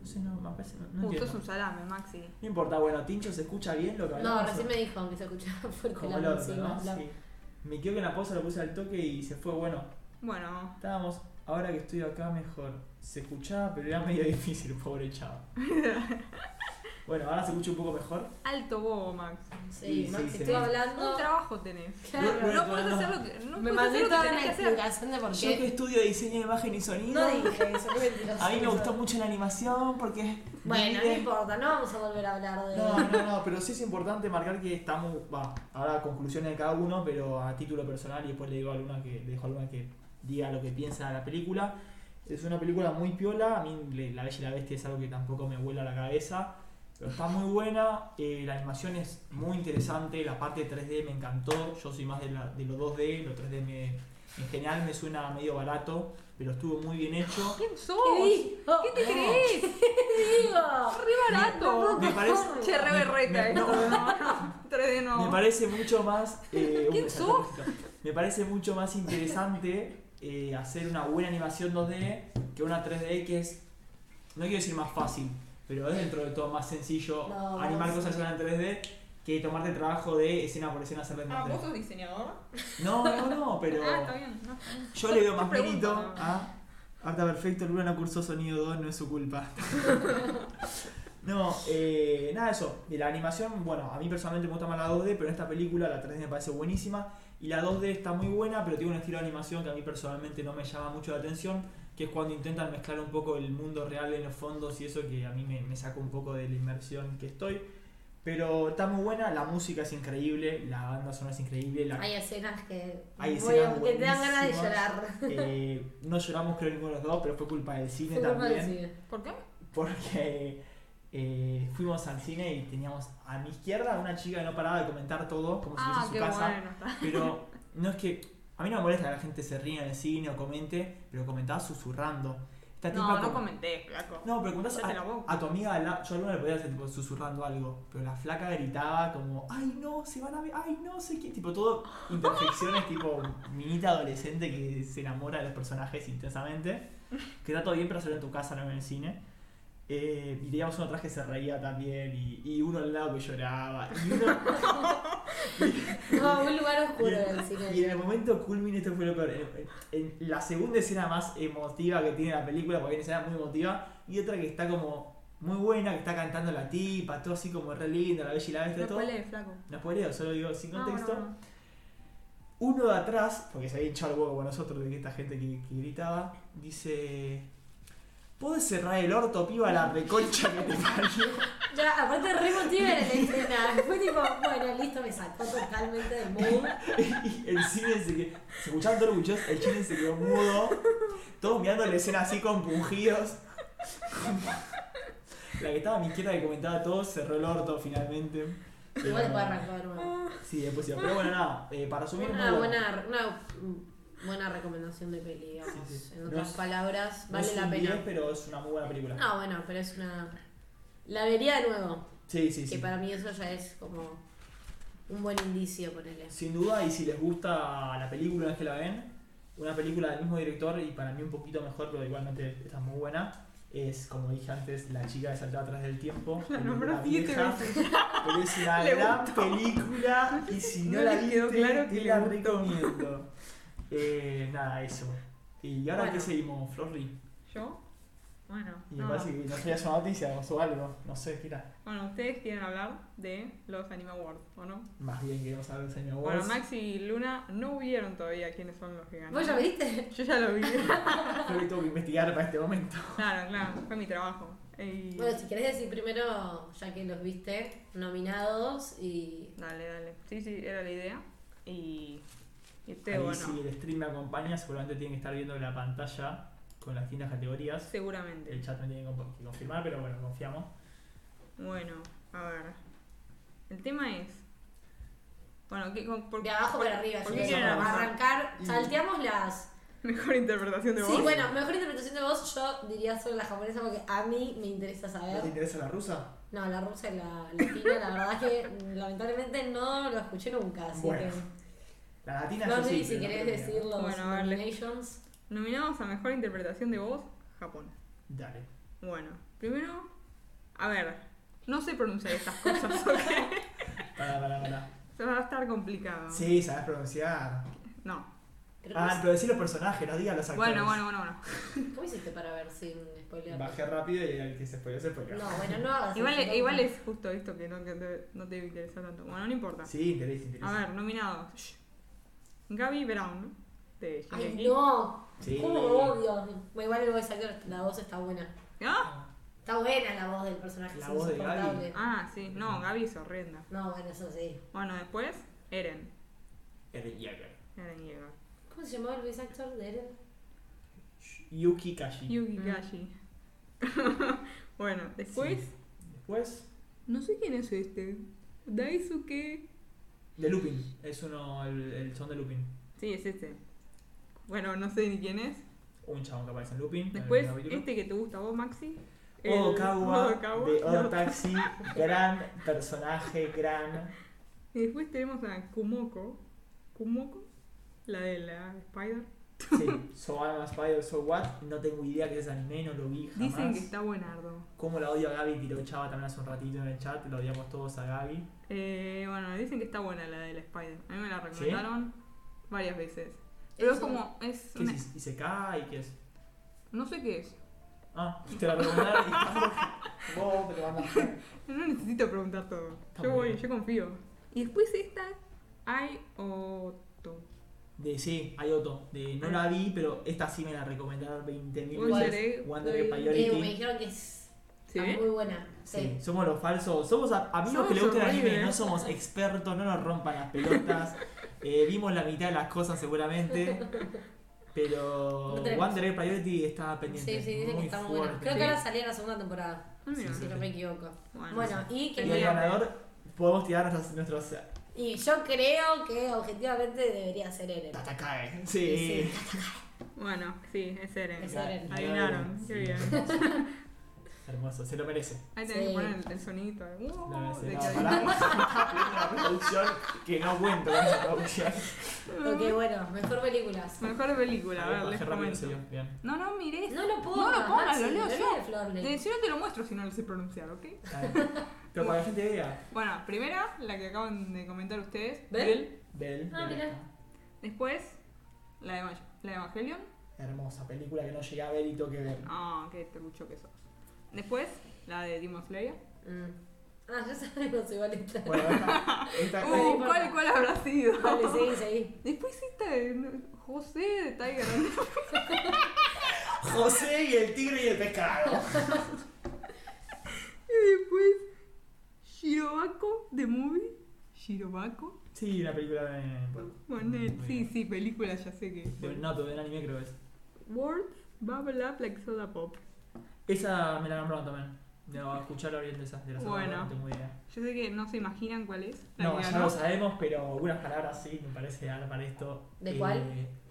B: No sé, no, me parece, no, no
C: Uh, sos
B: entiendo.
C: un salame, Maxi.
B: No importa, bueno, Tincho se escucha bien lo que
A: No,
B: hablamos.
A: recién me dijo que se escuchaba fuerte
B: Como
A: la
B: el orto,
A: música.
B: ¿no?
A: la-
B: Sí. Me quedo con la posa, lo puse al toque y se fue. Bueno,
C: Bueno,
B: estábamos, ahora que estoy acá mejor. Se escuchaba, pero era medio difícil, pobre Chava. bueno, ahora se escucha un poco mejor.
C: alto bobo, Max.
A: Sí,
B: Sí,
A: Maxi,
B: sí,
A: estuve
B: sí.
C: Un
A: hablando.
C: trabajo tenés.
A: Claro.
C: No podés hacer lo que. No
A: me
C: podés
A: mandé
C: hacer lo
A: toda una
C: que tenés que hacer.
A: explicación de por
B: Yo que
A: qué.
B: estudio diseño de imagen y sonido.
A: No dije eso, qué mentiroso.
B: A mí me gustó mucho la animación porque.
A: Bueno, no
B: divide-
A: importa, no vamos a volver a hablar de.
B: No, no, no, pero sí es importante marcar que estamos. Va, ahora conclusiones de cada uno, pero a título personal, y después le digo a alguna que, le dejo a alguna que diga lo que piensa de la película. Es una película muy piola, a mí le- La Bella y la Bestia es algo que tampoco me vuela la cabeza, pero está muy buena, eh, la animación es muy interesante, la parte 3D me encantó, yo soy más de, la- de los 2D, los 3D me, en general me suena medio barato, pero estuvo muy bien hecho.
C: ¿Quién sos?
A: ¿Qué digo?
C: ¿Qué te crees?
A: ¿Qué digo?
C: ¡Re barato!
B: Me parece,
C: Che, re
B: me-
C: berreta.
B: me-
C: eh. No, no, 3D
B: Me
C: no.
B: parece mucho más. eh,
C: ¿Quién
B: un-
C: sos?
B: Me parece mucho más interesante eh, hacer una buena animación 2D que una 3D que es. No quiero decir más fácil, pero es dentro de todo más sencillo
A: No,
B: animar
A: sí.
B: cosas en una 3D que tomarte el trabajo de escena por escena hacerlo en
C: Ah,
B: 2D.
C: sos diseñador?
B: No, no, no, pero.
C: Ah, está bien. no, está bien.
B: Yo le veo más
C: Te pregunto,
B: mérito
C: ¿no?
B: a Arta Perfecto, Luna no cursó sonido 2, no es su culpa. no, eh, nada, eso. De la animación, bueno, a mí personalmente me gusta más la 2D, pero en esta película la 3D me parece buenísima. Y la 2D está muy buena, pero tiene un estilo de animación que a mí personalmente no me llama mucho la atención, que es cuando intentan mezclar un poco el mundo real en los fondos y eso que a mí me, me saca un poco de la inmersión que estoy. Pero está muy buena, la música es increíble, la banda sonora es increíble, la
A: Hay escenas que,
B: Hay
A: voy
B: escenas
A: a- que te dan ganas de
B: buenísimas.
A: llorar.
B: Eh, no lloramos creo ninguno de los dos, pero fue culpa del cine
A: Fue culpa
B: también.
A: del cine.
C: ¿Por qué?
B: Porque eh, fuimos al cine y teníamos a mi izquierda una chica que no paraba de comentar todo, como si fuese
C: Ah,
B: su
C: qué
B: casa.
C: bueno está.
B: Pero no es que. A mí no me molesta que la gente se ría en el cine o comente, pero comentaba susurrando. Esta
C: No, no
B: com-
C: comenté, flaco.
B: No, pero comentás
C: Cállate la boca.
B: a, a tu amiga al lado- Yo a alguna le podía hacer tipo susurrando algo, pero la flaca gritaba como, ay no, se van a ver, ay no sé qué. Tipo, todo imperfecciones, tipo, minita adolescente que se enamora de los personajes intensamente. Que está todo bien para hacerlo en tu casa, no en el cine. Eh, y teníamos uno atrás que se reía también, y, y uno al lado que lloraba. Y uno,
A: No, un lugar oscuro
B: Y-
A: del cine.
B: Y en el momento culmine, esto fue lo peor. En, en la segunda escena más emotiva que tiene la película, porque hay una escena muy emotiva, y otra que está como muy buena, que está cantando la tipa, todo así como re linda, la bella y la bestia,
C: No
B: todo.
C: cuál flaco.
B: No spoileo, solo digo sin
C: Ah,
B: contexto.
C: bueno.
B: Uno de atrás, porque se había hinchado el huevo con nosotros de que esta gente que, que gritaba, dice. ¿Puedes cerrar el orto, piba, la reconcha que te parió?
A: Ya, aparte re emotiva era la escena. Fue tipo, bueno, listo, me sacó totalmente del mood.
B: Y el cine se quedó. Se escuchaban todos los cuchillos, el cine se quedó mudo. Todos mirando la escena así compungidos. La que estaba a mi izquierda que comentaba todo cerró el orto finalmente.
A: Igual
B: Pero-
A: después arrancó de nuevo.
B: Sí, después sí. Pero bueno, nada, eh, para resumir.
A: Una
B: muy bueno.
A: buena, una buena recomendación de peli, digamos.
B: Sí, sí.
A: En
B: No
A: otras
B: es-
A: palabras,
B: No
A: vale
B: es
A: la
B: un
A: pena.
B: 10, pero es una muy buena película.
A: No, bueno, pero es una. La vería de nuevo.
B: Sí, sí,
A: Que
B: sí.
A: para mí eso ya es como un buen indicio, ponele.
B: Sin duda, y si les gusta la película una vez que la ven, una película del mismo director y para mí un poquito mejor, pero igualmente está muy buena, es como dije antes, La chica que saltaba atrás del tiempo.
C: La
B: película
C: nombró siete
B: vieja,
C: veces.
B: Pero es una
C: Le
B: gran
C: gustó.
B: película y si no,
C: No
B: la
C: le
B: viste,
C: quedó claro que
B: te
C: le
B: la
C: gustó.
B: recomiendo. Eh, nada, eso. ¿Y ahora
A: Bueno.
B: qué seguimos, Florri?
C: ¿Yo? Bueno.
B: Y me
C: nada.
B: parece que nos había una noticia o algo, no sé qué era.
C: Bueno, ustedes quieren hablar de los Anime Awards, ¿o no?
B: Más bien queremos saber el señor
C: Bueno,
B: Wars.
C: Maxi y Luna no vieron todavía quiénes son los que ganaron.
A: ¿Vos ya viste?
C: Yo ya lo vi.
B: Creo que tengo que investigar para este momento.
C: claro, claro, fue mi trabajo. Y-
A: Bueno, si querés decir primero, ya que los viste, nominados y.
C: Dale, dale. Sí, sí, era la idea. Y, y
B: Ahí
C: ustedes, bueno,
B: si el stream me acompaña, seguramente tienen que estar viendo la pantalla con las distintas categorías. El
C: seguramente.
B: chat me tiene que comp- que confirmar, pero bueno, confiamos.
C: Bueno, a ver. El tema es... Bueno, ¿qué, con- por,
A: De abajo
C: por-
A: para arriba, yo
C: ¿por qué
A: creo.
C: quieren
B: abajo?
C: arrancar?
A: arrancar.
B: Y-
A: Salteamos las.
C: Mejor interpretación de
A: Sí,
C: voz.
A: bueno, mejor interpretación de voz yo diría solo la japonesa porque a mí me interesa
D: ¿No te
A: saber.
D: interesa la rusa?
A: No, la rusa y la latina, la verdad es que mm, lamentablemente no lo escuché nunca, así
D: Bueno,
A: que...
D: La latina
A: No
D: yo
A: sé
D: sí,
A: si
D: pero no
A: querés
D: tengo idea.
A: decir los
C: Bueno, a ver, le-
A: nominations.
C: Nominados a mejor interpretación de voz, Japón.
D: Dale.
C: Bueno, primero, a ver, no sé pronunciar estas cosas, ¿ok?
D: Pará, pará, pará.
C: Se va a estar complicado.
D: Sí, sabes pronunciar.
C: No.
A: Creo que
D: Ah, pero decir los personajes, no digas los actores.
C: Bueno, bueno, bueno, bueno.
A: es- ¿Cómo hiciste para ver sin spoiler?
D: Bajé rápido y el que se spoiló se spoiló.
A: No, bueno, no hagas
C: Igual,
A: eso,
C: igual
A: no.
C: es justo esto que no, que te, no te interesa tanto. Bueno, no importa.
D: Sí, interesa,
C: A
D: interesa.
C: ver, nominados. Shh. Gaby Brown, de
A: Ay,
C: Shingeki.
A: no,
D: Sí.
A: cómo lo odio. Bueno, Igual el voice actor, la voz está buena.
C: ¿Ah?
A: Está buena la voz del personaje,
D: La
A: es
D: voz de Gaby.
A: insoportable.
C: ah, sí. No, Gaby es horrenda.
A: No, bueno, eso sí.
C: Bueno, después, Eren.
D: Eren Yeager.
C: Eren llega.
A: ¿Cómo se llamaba el voice actor de Eren?
D: Yuki Kashi.
C: Yugi
A: Mm.
C: Gashi. bueno, después,
D: Después,
C: no sé quién es este. Daisuke.
D: de Lupin.
B: Es uno, el, el son de Lupin.
C: Sí, es este. Bueno, no sé ni quién es.
B: Un chabón que aparece en Lupin. en el
C: Después,
B: capítulo. Oh,
C: este que te gusta a vos, Maxi. El-
D: Odokawa
C: Odokawa.
D: de Odo Taxi. gran personaje, gran.
C: Y después tenemos a Kumoko. Kumoko, la de la Spider.
D: Sí, So I'm a Spider, So What. No tengo idea que es anime, no lo vi jamás.
C: Dicen que está buenardo.
B: Como la odio a Gaby, tiró Chava también hace un ratito en el chat, la odiamos todos a Gaby.
C: Eh, bueno, dicen que está buena la de la Spider. A mí me la recomendaron varias veces. Pero es
A: Eso.
C: como, es
B: ¿Qué
C: una-
B: es? ¿Y se cae? ¿Qué es?
C: no sé qué es.
B: Ah, te la recomendaron y
D: Vos te lo mandaste.
C: No necesito preguntar todo.
B: Está
C: Yo
B: muy
C: voy,
B: bien.
C: yo confío. Y después esta, hay Otto.
B: De sí, hay otro. De, no la vi, pero esta sí me la recomendaron 20.000
A: Igual.
B: veces. Wonder
C: Wonder Egg.
B: Egg
A: Que me
B: Priority.
A: dijeron que es
C: ¿Sí?
A: está muy buena. Sí.
B: Sí, somos los falsos. Somos a- amigos que le
C: Somos
B: gusta el anime,
C: horribles.
B: no somos expertos, no nos rompan las pelotas. Eh, vimos la mitad de las cosas seguramente. Pero
A: No tenemos.
B: Wonder Egg Priority está pendiente.
A: Sí, sí, dicen que está muy buena.
B: fuerte.
A: Creo que
C: Sí.
A: ahora salía la segunda temporada,
C: Ah, mira.
B: Sí,
A: si no me equivoco.
C: Bueno,
A: Bueno, y que
B: Y el
A: me-
B: ganador, podemos tirar nuestros, nuestros
A: Y yo creo que objetivamente debería ser Eren.
D: Tatakae.
B: Sí.
C: Bueno, sí, es Eren.
A: Es Eren.
C: Adivinaron, qué bien.
B: Hermoso, se lo merece.
C: Ahí tenés
A: Sí.
C: que poner el, el sonidito. eh. Uh,
B: No, no,
C: de
B: no,
C: que-
B: pará. Una producción que no cuento con esa producción.
A: Ok, bueno, mejor películas.
C: Mejor película, a
B: Ahí
C: ver,
B: bajé
C: les
B: rápido el
C: comento.
B: sillón, bien.
C: No, no, miré.
A: No lo pongas,
C: No lo pongas,
A: Maxi,
C: lo leo yo.
A: de Florley.
C: De- yo no te lo muestro si no lo sé pronunciar, ¿ok?
B: Está bien. Pero para que la gente vea.
C: Bueno, primera, la que acaban de comentar ustedes.
A: ¿Bel?
C: Bel.
D: Bell.
A: Ah,
D: Bell.
A: mirá.
C: Después, la de, Evang- la de Evangelion.
D: Hermosa película que no llegué a ver y tengo que ver.
C: Ah, qué trucho que sos. Después, la de Demon Slayer.
A: Mm. Ah, ya sabemos igual esta.
D: Bueno, esta. esta
A: no
C: Uh,
A: importa.
C: ¿cuál, ¿Cuál habrá sido?
A: Vale, seguí, seguí.
C: Después esta de no, José de Tiger. and-
D: José y el tigre y el pescado.
C: y después, Shirobako de Movie. Shirobako.
B: Sí, la película de. bueno,
C: Bueno, eh,
B: muy
C: sí,
B: Mm, bien.
C: sí, película, ya sé que.
B: De Nato, del anime creo que es.
C: Words Bubble Up Like Soda Pop.
B: Esa me la nombraron también. La voy a escuchar ahora bien de esas de las
C: Bueno.
B: otras, no tengo idea.
C: Yo sé que no se imaginan cuál es. la
B: No,
C: que
B: ya
C: ganó.
B: lo sabemos, pero algunas palabras sí me parece dar para esto. eh,
A: ¿De cuál?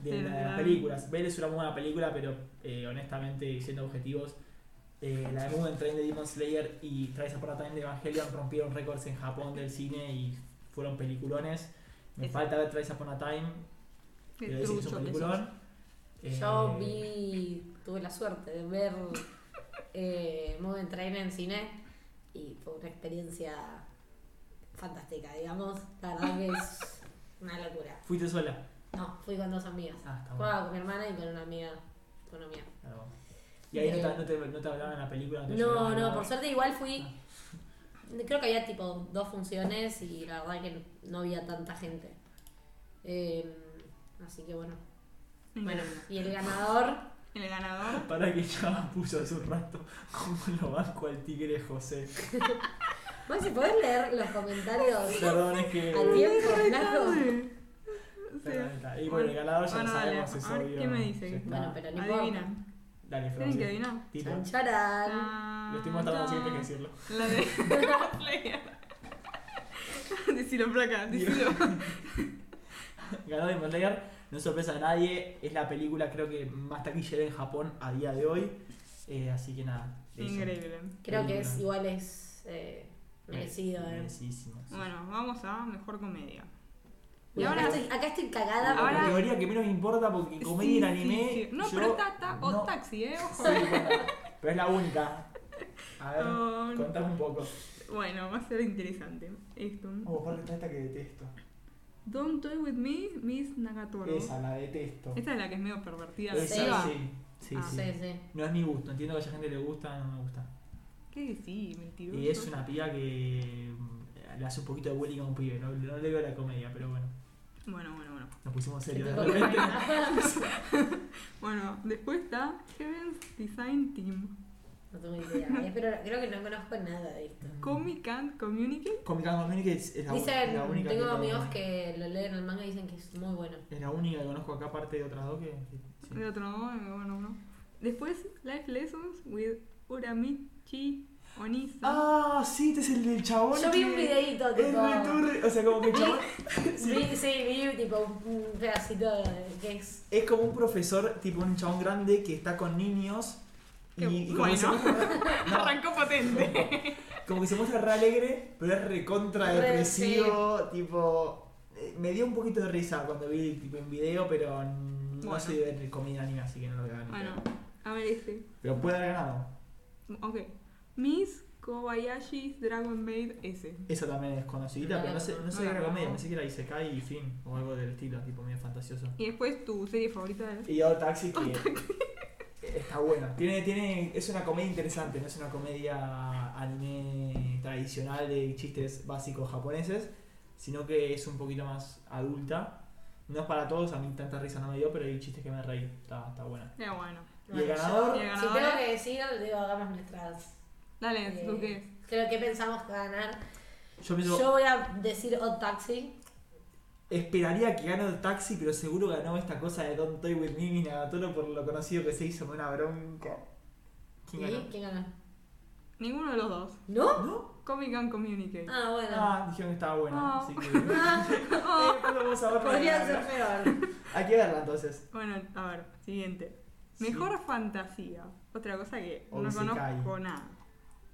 B: De,
C: De
B: la- de
C: la-
B: las películas. Bell es una muy buena película, pero eh, honestamente, siendo objetivos, eh, la de Mugen Train de Demon Slayer y Travis Apart Time de Evangelion rompieron récords en Japón del cine y fueron peliculones. Me
C: Esa.
B: falta ver Travis Upon a Time,
C: Qué
B: pero dicen que es un
C: trucho que sos.
B: peliculón. Eh,
A: Yo vi, tuve la suerte de ver eh, Mugen Train en cine y fue una experiencia fantástica, digamos. La verdad que es una locura.
B: Fuiste sola.
A: No, fui con dos amigas.
B: Ah, está bueno.
A: Jugaba con mi hermana y con una amiga. Con una amiga.
B: Está bueno. Y ahí no
A: Eh.
B: te, no, te, no te hablaban en la película. No, Ah, te Ah.
A: No,
B: lloraban,
A: no,
B: nada.
A: por suerte igual fui. Creo que había tipo dos funciones y la verdad que no había tanta gente. Eh, así que bueno. Bueno, y el ganador.
C: El ganador.
B: Para que ya puso hace un rato como lo banco al tigre José.
A: Maxi, ¿podés leer los comentarios?
B: Perdón, es que.
A: Al tiempo,
C: Re
A: Naco.
C: tarde. O
B: Perdón,
C: sea,
B: está. Y bueno, el ganador ya
C: Bueno,
B: lo
C: dale,
B: sabemos, es
C: a ver,
B: obvio.
C: ¿qué me dice?
B: Ya está.
A: Bueno, pero no importa.
C: Adivinan.
B: Dale,
C: Tienen que
B: Florencia.
C: adivinar.
B: Tipo,
A: Chan, charán.
B: lo
C: Lo
B: estoy mostrando siempre que decirlo.
C: La de Player. Decilo, placa, decilo.
B: Ganó Demon Slayer. No es sorpresa a nadie. Es la película, creo que más taquillera en Japón a día de hoy. Eh, así que nada. eso.
C: Increíble.
A: Creo que es
B: Película.
A: igual es eh, merecido. eh.
B: Merecidísimo, sí.
C: Bueno, vamos a mejor comedia. Y
A: Acá
C: ahora-
A: estoy- acá estoy cagada
B: La
C: Ahora-
A: porque-
B: categoría que menos me importa porque comedia y
C: Sí,
B: el
C: sí,
B: anime.
C: sí. No,
B: yo-
C: pero está, está o
B: no.
C: taxi, ¿eh? Ojo.
B: Sí, bueno, pero es la única. A ver,
C: Oh, no.
B: contame un poco.
C: Bueno, va a ser interesante. Esto.
B: Oh, ¿cuál está esta que detesto?
C: Don't Toy With Me, Miss Nagatoro.
B: Esa, la detesto.
C: Esta es la que es medio pervertida.
A: Seiba.
B: Esa, sí. Sí,
C: Ah.
B: sí.
A: Sí, sí.
B: No es mi gusto, entiendo que a esa gente le gusta, no me gusta.
C: ¿Qué decís, mentiroso?
B: Y es una piba que mm, le hace un poquito de bullying a un pibe, no, no le veo la comedia, pero bueno,
C: Bueno, bueno, bueno.
B: nos pusimos serios de repente.
A: no
C: Bueno, después está Heaven's Design Team.
A: tengo idea. eh, Pero creo que no conozco nada de esto.
C: Comic Can't Communicate.
B: Comic Con Community es, es la, es la
A: Dicen,
B: única.
A: tengo amigos
B: conozco.
A: que lo leen el manga y dicen que es muy bueno.
B: Es la única que conozco acá, aparte de otras dos que. que- sí.
C: De otro modo, eh, bueno, bueno. Después Life Lessons with Uramichi Onisa.
B: Ah, sí, este es el del chabón.
A: Yo vi un
B: que-
A: videito,
B: Es
A: tipo.
B: returre, o sea, como que el chabón.
A: Vi, sí, vi tipo un un pedacito de que es.
B: Es como un profesor, tipo un chabón grande que está con niños. Y,
C: Qué
B: y como,
C: bueno.
B: que se muestra, no,
C: Arrancó patente.
B: como que se muestra re alegre, pero es recontra
A: Re,
B: depresivo. Tipo. eh, Me dio un poquito de risa cuando vi tipo, en video, pero no
C: Bueno.
B: soy de ver comedia anime, así que no lo veo ni
C: Bueno,
B: pedo.
C: a ver este.
B: Pero puede haber ganado.
C: Ok. Miss Kobayashi's Dragon Maid S.
B: Esa también es conocidita,
A: No,
B: pero no sé, no sé qué era
C: no.
B: comedia, pensé que era Isekai y fin, o algo del estilo, tipo medio fantasioso.
C: Y después tu serie favorita es.
B: Y Odd Taxi que está buena. Tiene, tiene, es una comedia interesante, no es una comedia anime tradicional de chistes básicos japoneses, sino que es un poquito más adulta. No es para todos, a mí tanta risa no me dio, pero hay chistes que me reí, está, está buena.
C: Ya bueno.
B: Y el
A: Bueno,
B: ganador,
C: Y el
A: Si
C: ganador
A: tengo
C: es-
A: que decir, digo, hagamos nuestras.
C: Dale,
A: eh,
C: ¿tú qué?
A: Creo que pensamos ganar.
B: yo pienso,
A: Yo voy a decir Odd Taxi.
B: esperaría que gane el taxi, pero seguro ganó esta cosa de Don't Toy With Me, ni Nagatoro, por lo conocido que se hizo, me da una bronca.
A: ¿Y
B: ¿Quién ganó?
A: quién ganó?
C: Ninguno de los dos.
A: ¿No?
B: ¿No?
C: Comic and Communicate.
A: Ah, bueno.
B: Ah, dijeron que estaba buena,
C: Ah.
B: así que... Después vamos a ver para
A: Podría ser
B: ganarla.
A: peor.
B: Hay que verla entonces.
C: Bueno, a ver, siguiente. Mejor fantasía. Otra cosa que
B: O
C: no
B: isekai.
C: conozco nada.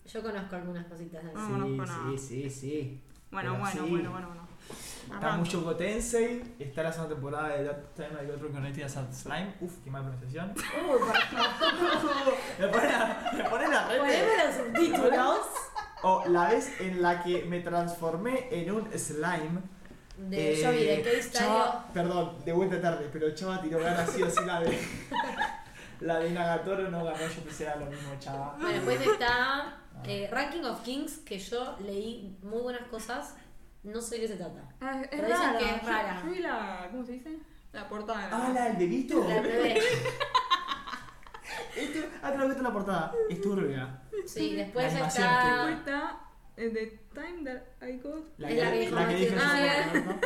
A: Yo conozco algunas cositas de
C: No
A: eso.
C: conozco nada.
B: sí, sí, sí.
C: Bueno,
B: Pero
C: bueno,
B: sí.
C: bueno, bueno, bueno.
B: Está
C: Arranco.
B: mucho Tensei, está la segunda temporada de That Time I Got Drunk and I Did a Sad Slime. Uf, qué mala pronunciación. me pone la, me pone la
A: Ponemos
B: red.
A: los subtítulos
B: O la vez en la que me transformé en un slime.
A: de
B: Eh,
A: Joey de Case
B: Chava-
A: Studio.
B: Perdón, de vuelta tarde, pero Chava tiró ganas sí o sí la de. La de Nagatoro no ganó, yo pensé era lo mismo, Chava.
A: Bueno, después está
B: Ah.
A: eh, Ranking of Kings, que yo leí muy buenas cosas. No sé de qué se trata.
C: Ah,
A: Pero dicen
C: rara.
A: que es
C: Yo-
A: rara.
C: Yo vi la. ¿Cómo se dice? La portada.
B: Ah, la del bebito.
A: La bebé.
B: Este- Ah, te lo he visto en la portada. Es turbia.
A: Sí, después
B: La animación
A: está.
C: Después está eh, The Time That I Got.
A: Es la que dijo
B: la que
A: Mati.
B: dije
A: Ah,
B: yo, ¿no?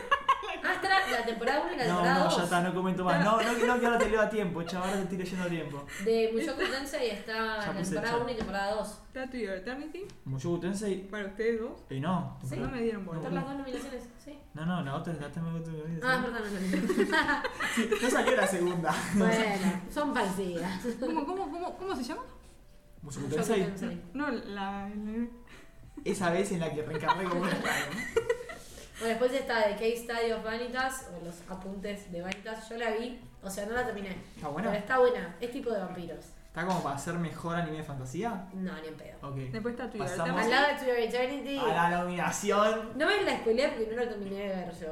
A: Ah, está la temporada 1 y la
B: No,
A: temporada
B: no,
A: 2.
B: ya está, no comento más. No, no, no que ahora te leo a tiempo, chaval, ahora te estoy leyendo a tiempo.
A: De Mushoku Tensei está
B: Ya
A: la
B: puse
A: temporada
B: ya.
A: 1 y temporada 2.
C: Está To Your Eternity.
B: Mushoku Tensei.
C: Para ustedes dos.
B: Y no.
A: Sí.
C: No me dieron bola.
A: Están las dos nominaciones, ¿sí?
B: No, no, la otra es la otra me gusta mi vida,
A: Ah,
B: sí.
A: perdón, perdón.
B: Sí, No salió la segunda.
A: Bueno, son parecidas.
C: ¿Cómo, cómo, cómo, cómo se llama?
B: Mushoku
A: Mushoku
B: Tensei.
A: Tensei.
C: No, la. la-
B: Esa vez en la que reencarné como un slime.
A: Bueno, después está The Case Study of Vanitas, o los apuntes de Vanitas. Yo la vi, o sea, no la terminé.
B: Está
A: Pero
B: buena.
A: está buena, es tipo de vampiros.
B: Está como para ser mejor anime de fantasía.
A: No, ni en pedo.
B: Ok.
C: Después está To Your
A: Al
B: Pasamos-
C: Eternity.
A: lado de To Your Eternity.
B: A Ah, la nominación.
A: No me la spoileé porque no la terminé de ver yo.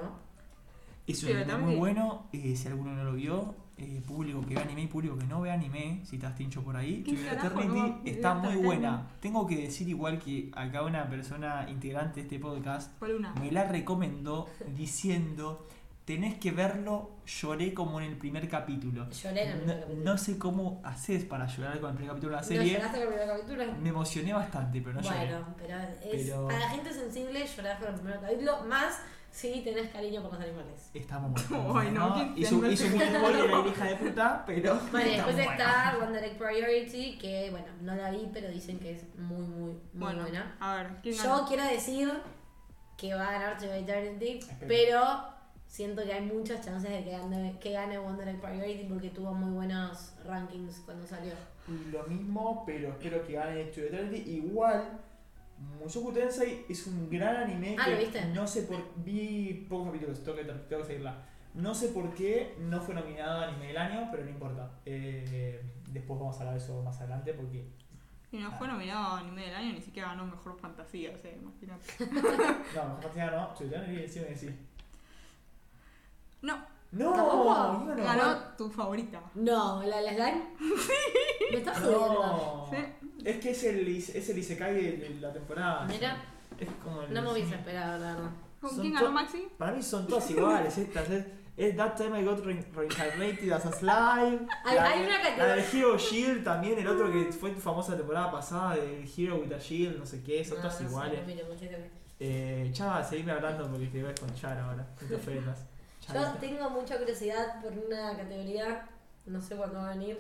B: Es un
C: Pero
B: anime
C: también-
B: muy bueno, eh, si alguno no lo vio, eh, público que ve anime y público que no ve anime, si estás tincho por ahí,
C: ¿Qué
B: To Your
C: carajo
B: Eternity
C: no va a
B: está
C: ver
B: muy
C: Titanic?
B: buena. Tengo que decir igual que acá una persona integrante de este podcast
C: ¿Cuál una?
B: me la recomendó diciendo, tenés que verlo, lloré como en el primer capítulo.
A: Lloré en el primer
B: No,
A: capítulo.
B: no sé cómo haces para llorar con el primer capítulo de una
A: ¿No
B: serie.
A: lloraste con el primer capítulo?
B: Me emocioné bastante, pero no lloré.
A: bueno, pero es.
B: Pero-
A: Para la gente sensible, llorás con el primer capítulo. Más si tenés cariño por los animales.
B: Estamos muertos.
C: Ay, no, ¿quién te
B: Hizo,
C: animó
B: hizo un
C: a hacer
B: spoiler
C: eso?
B: la hija de puta, pero...
A: Bueno,
B: está
A: después
B: muy
A: está One Direct Priority, que bueno, no la vi, pero dicen que es muy, muy, muy
C: Bueno,
A: buena.
C: a ver, ¿quién
A: Yo
C: gana?
A: quiero decir que va a ganar To Eternity,
B: Espero.
A: pero siento que hay muchas chances de que gane, que gane Wonder Egg Priority porque tuvo muy buenos rankings cuando salió.
B: Y lo mismo, pero espero que gane Studio Eternity. Igual, Mushoku Tensei es un gran anime
A: Ah,
B: que
A: ¿lo viste?
B: no sé por vi pocos capítulos, tengo que, tengo que seguirla. No sé por qué no fue nominado a anime del año, pero no importa. Eh, después vamos a hablar de eso más adelante porque
C: Y no fue nominado a anime del año, ni siquiera ganó mejor fantasía, o sea, imagínate.
B: no, mejor partida no, Studio Eternity sí me decís.
C: No,
B: No,
A: ¿Tampoco?
B: no, no.
C: ganó tu favorita.
A: No, ¿la del slime? Me estás jodiendo.
B: No.
C: Sí.
B: Es que es el, is- es el Isekai de, de la temporada.
A: Mira,
B: Es como el-
A: no me hubiese esperado, la verdad.
C: ¿Con
B: Son
C: quién ganó
B: to-
C: Maxi?
B: Para mí son todas iguales estas. Es, es That Time I Got Re- Reincarnated as a Slime.
A: Hay-
B: la,
A: hay una categoría-
B: La del Hero Shield también, el otro que fue famosa la temporada pasada, del Hero with a Shield, no sé qué, son
A: No,
B: todas
A: Ah, no sé,
B: iguales.
A: mira, mucho que-
B: Eh, Chava, seguime hablando porque te voy con Char ahora. No te ofendas. Char,
A: Yo
B: está.
A: tengo mucha curiosidad por una categoría, no sé cuándo va a venir.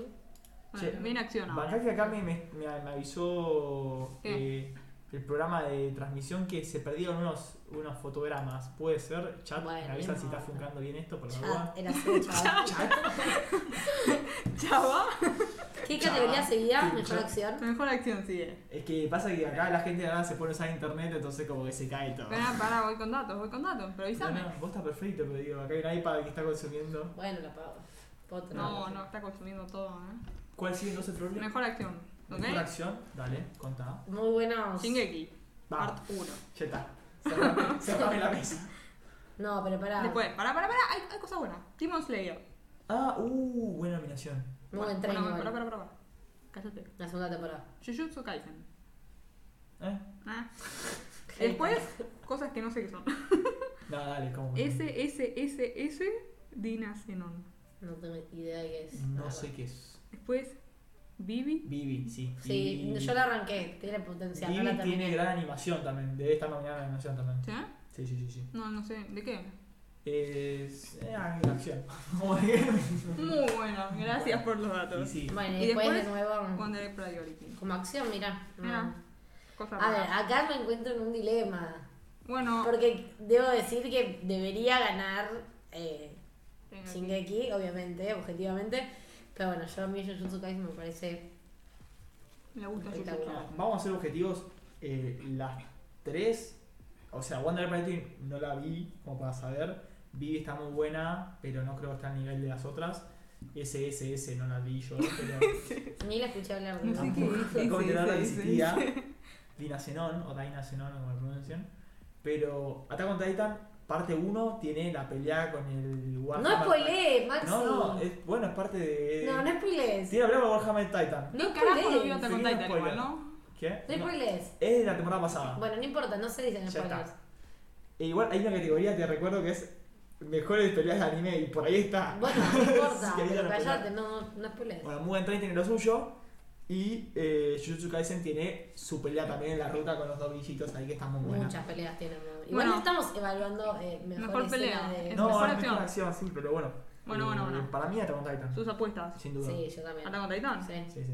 C: Bueno,
B: Che,
C: bien accionado.
B: Bancá que acá me, me, me avisó eh, el programa de transmisión que se perdieron unos, unos fotogramas. Puede ser, chat,
A: Bueno,
B: me avisan
A: no,
B: si está
A: no.
B: funcando bien esto por la
A: Chat,
B: duda.
A: era así, chaval.
C: Chava,
A: ¿Qué
B: Chat.
A: categoría seguía?
B: Sí,
A: Mejor
B: chat.
A: acción.
C: mejor acción sigue.
B: Es que pasa que acá la gente de la nada se pone a usar internet, entonces como que se cae todo.
C: Pará, pará, voy con datos, voy con datos, pero
B: No,
C: avísame.
B: no, vos estás perfecto, pero digo, acá hay un iPad que está consumiendo.
A: Bueno, la pago. Puedo tener
C: No,
A: la-
C: no, está consumiendo todo, ¿eh?
B: ¿Cuál sigue entonces el problema?
C: Mejor acción, ¿ok?
B: Mejor acción, dale, contá.
A: Muy buenos.
C: Shingeki,
B: Va,
C: part 1.
B: ya está. Cerrame- Cerrame la mesa.
A: No, pero pará.
C: Después, pará, pará, pará, hay, hay cosas buenas. Demon Slayer.
B: Ah, uh, buena nominación.
A: Muy
C: Bueno,
A: buen tren
C: bueno,
A: igual.
C: pará, pará, pará. Cállate.
A: La segunda temporada.
C: Jujutsu Kaisen.
B: ¿Eh?
C: Ah. Después, cosas que no sé qué son.
B: No, dale, como.
C: S, S, S, S, Dina Zenon.
A: No tengo idea de qué es.
B: No
A: la
B: sé
A: verdad.
B: qué es.
C: Después, Bibi.
B: Vivi, sí.
A: Sí,
B: Vivi.
A: yo la arranqué. Tiene potencial. no
B: Vivi
A: la
B: tiene
A: terminé.
B: gran animación también, debe estar nominada en animación también.
C: ¿Sí?
B: Sí, sí, sí, sí.
C: No, no sé, ¿de qué?
B: Es. eh, acción. Como de-
C: Muy buena, gracias por los
B: y
C: datos.
B: sí.
A: Bueno, y
C: Y
A: después,
C: después,
A: de nuevo.
C: Wonder Egg Priority.
A: Como acción, mirá. No.
C: Mirá. Cosa
A: A ver,
C: rara.
A: acá me encuentro en un dilema.
C: Bueno,
A: Porque debo decir que debería ganar eh,
C: tengo aquí.
A: Shingeki, obviamente, objetivamente. Pero bueno, yo a mí Jujutsu Kaisen me parece.
C: me gusta
A: Espectacular.
C: Jujutsu.
B: Vamos a ser objetivos. eh, las tres. O sea, Wonder Party no la vi, como para saber. Vivi está muy buena, pero no creo que esté al nivel de las otras. SSS no la vi yo, pero
A: Ni la escuché hablar de
C: No sé
A: nada.
B: tampoco
C: qué
B: acabo de
C: dice,
B: enterarme que
C: dice,
B: existía. Dina Zenon, o Dina Zenon, como la pronuncian. Pero Attack on Titan, parte 1, tiene la pelea con el
A: No
B: Warhammer.
A: spoilees, Maxi.
B: No, no, es, bueno, es parte de.
A: No, no spoilees.
B: Tiene la pelea con Warhammer Titan.
A: No
C: Carajo, no vio
A: spoilees.
B: Sí,
C: Attack on
B: no
C: Titan igual,
B: spoiler.
C: ¿no?
B: ¿Qué?
A: No
B: No.
A: spoilees.
B: Es de la temporada pasada.
A: Bueno, no importa, no se dicen
B: Ah. Ya
A: spoilers.
B: E igual hay una categoría, te recuerdo, que es mejores peleas de anime y por ahí está.
A: Bueno, no importa,
B: Sí, ahí
A: pero
B: la pelea.
A: callate, no, no, no spoilees.
B: Bueno, Mugen Train tiene lo suyo. Y eh, Jujutsu Kaisen tiene su pelea también en la ruta con los dos bichitos ahí que están muy buenas.
A: Muchas peleas tienen. Igual
C: Bueno.
A: no estamos evaluando eh, mejor,
C: Mejor
A: escena
C: pelea.
A: de.
C: Es
B: No,
C: mejor
B: no es
C: acción.
B: una acción, sí, pero bueno.
C: Bueno,
B: Eh,
C: bueno, bueno.
B: Para mí Attack on Titan,
C: Sus apuestas.
B: sin duda.
A: Sí, yo también.
C: Attack on Titan.
A: Sí.
B: Sí, sí.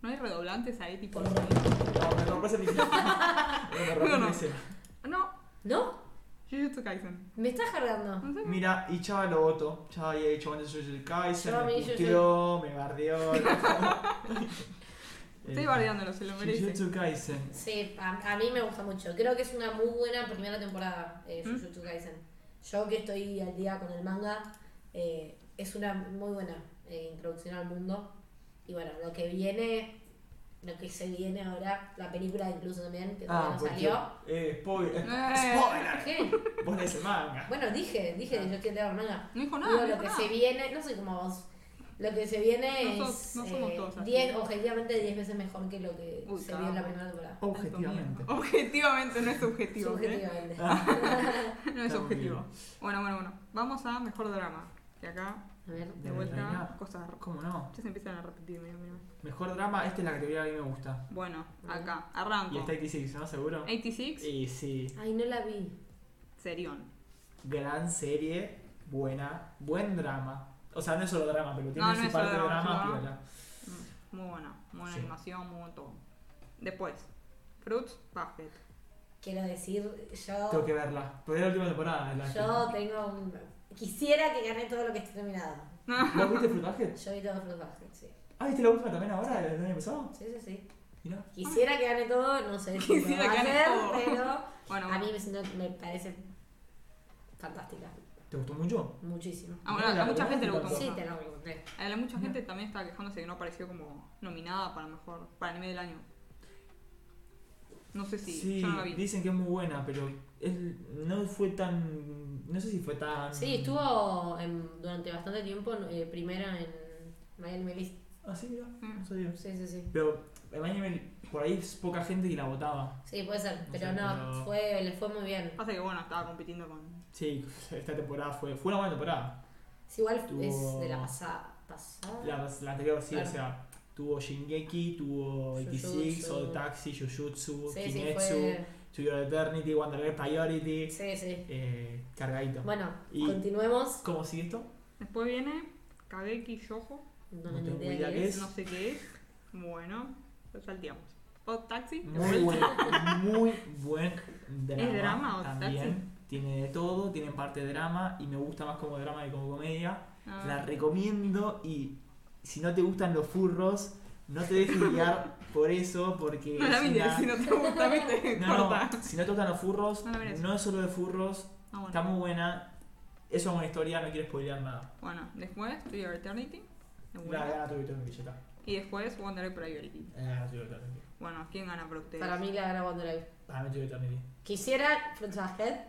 C: No hay redoblantes ahí, tipo.
A: Por favor.
B: No, me rompes el micrófono. Me rompes
C: No, no.
B: la escena.
C: No,
A: ¿No?
C: Jujutsu Kaisen.
A: Me estás cargando.
C: No sé.
B: Mira, y Chava lo votó. Chava había hecho antes Jujutsu Kaisen,
A: Yo a
B: me
A: mí Jujutsu-
B: puteó, me bardeó.
C: Estoy
B: Eh,
C: bardeándolo, se lo merece.
B: Jujutsu Kaisen.
A: Sí, a, a mí me gusta mucho. Creo que es una muy buena primera temporada, eh,
C: ¿Mm?
A: Jujutsu Kaisen. Yo que estoy al día con el manga, eh, es una muy buena eh, introducción al mundo. Y bueno, lo que viene, lo que se viene ahora, la película incluso también, que todavía
B: Ah,
A: no
B: porque-
A: salió.
B: Eh, spoiler.
C: Eh.
B: Spoiler.
A: ¿Qué?
B: Vos lees el manga.
A: Bueno, dije, dije que yo quiero leer manga.
C: No dijo nada.
A: Digo,
C: Ah, no
A: lo
C: dijo
A: que
C: nada.
A: se viene, no soy como vos. Lo que se viene
C: No
A: es
C: sos- no somos todos así.
A: 10, objetivamente 10 veces mejor que lo que
C: Uy,
A: se vio en la
C: carajo.
A: primera temporada.
B: Objetivamente.
C: Objetivamente, no es subjetivo. ¿ok?
A: Subjetivamente.
B: Ah,
C: No es
B: Está muy
C: objetivo. Bueno, bueno, bueno. Vamos a mejor drama. Que acá,
A: A ver.
C: de
B: Dale,
C: vuelta,
B: Reina.
C: cosas raras.
B: ¿Cómo no?
C: Ya se empiezan a repetir, mira, mira.
B: Mejor drama, esta es la categoría que a mí me gusta.
C: Bueno,
A: Bueno.
C: acá,
B: Y
C: arranco.
B: está 86, ¿no? Seguro.
C: 86,
B: Y sí.
A: Ay, no la vi.
C: Serión.
B: Gran serie, buena, buen drama. O sea, no es solo drama, pero tiene
C: No, no
B: su
C: es
B: parte
C: solo
B: de
C: drama,
B: drama.
C: solo
B: piola.
C: Mm, Muy buena, muy buena
B: Sí.
C: animación, muy buen todo. Después, Fruits Basket.
A: Quiero decir,
B: Tengo
A: yo,
B: que verla. Pero es la última temporada. es la
A: yo tengo un... Quisiera que gané todo lo que esté nominado.
B: que- ¿No viste Fruit Basket?
A: Yo vi todos los bajes, sí.
B: Ah, ¿viste la última también ahora? ¿El año pasado?
A: Sí, sí, sí.
B: Mirá.
A: Quisiera que gane todo, no sé si lo
C: Quisiera
A: va a
C: que gane
A: hacer,
C: todo.
A: pero
C: Bueno,
A: a mí me- me parece fantástica,
B: ¿Te gustó mucho?
A: muchísimo.
C: a, a- a mucha gente le gustó.
A: Sí,
C: mucho.
A: te lo pregunté.
C: A la mucha gente también estaba quejándose que no apareció como nominada para mejor, para anime del año. No sé si, yo no la vi.
B: dicen que es muy buena, pero es- no fue tan. No sé si fue tan.
A: Sí, estuvo en- durante bastante tiempo eh, primera en Miami Melis.
B: Ah, sí, mira.
C: Mm.
B: No sabía.
A: Sí, sí, sí.
B: Pero el anime, por ahí es poca gente que la votaba.
A: Sí, puede ser,
B: No
A: pero
B: sé,
A: no,
B: pero-
A: Fue, le fue muy bien.
C: Pasa que bueno, estaba compitiendo con.
B: Sí, esta temporada fue. Fue una buena temporada.
A: Sí, igual
B: Tuvo-
A: es de la pasada. pasada.
B: La, la anterior sí,
A: Claro.
B: o sea. Tuvo Shingeki, tuvo 86,
A: Jujutsu.
B: Old Taxi, Jujutsu,
A: sí, sí,
B: Kimetsu,
A: fue.
B: To Your Eternity, Wanderer Priority.
A: Sí, sí.
B: Eh, cargadito.
A: Bueno,
B: Y-
A: continuemos.
B: ¿Cómo sigue esto?
C: Después viene Kabeki Yojo,
A: No
B: No
A: tengo
B: tengo
A: idea
B: idea
A: qué
B: qué
A: es.
B: es.
C: no sé qué es. Bueno, lo salteamos. Hot Taxi, de
B: Muy
C: vuelta.
B: buen, muy buen drama.
C: ¿Es drama o taxi?
B: también. Tiene de todo, tiene parte de drama y me gusta más como drama que como comedia.
C: Ah,
B: La recomiendo y si no te gustan los furros, no te dejes guiar por eso porque
C: no la
B: es
C: mires,
B: una-
C: si no te gusta, viste,
B: No, no,
C: corta.
B: si no te gustan los furros,
C: No la mires.
B: no es solo de furros,
C: Ah, bueno.
B: está muy buena. Eso es una historia, no quiero spoilear nada.
C: Bueno, después To Your Eternity, de
B: La
C: vuelta.
B: gana tu Victoria Milleta.
C: Y después Wonder Priority.
B: Eh, La gana tu Victoria Milleta.
C: Bueno, ¿quién gana para ustedes?
A: Para mí la gran Wonder
B: Para mí tu Victoria Milleta.
A: Quisiera Fruits Basket,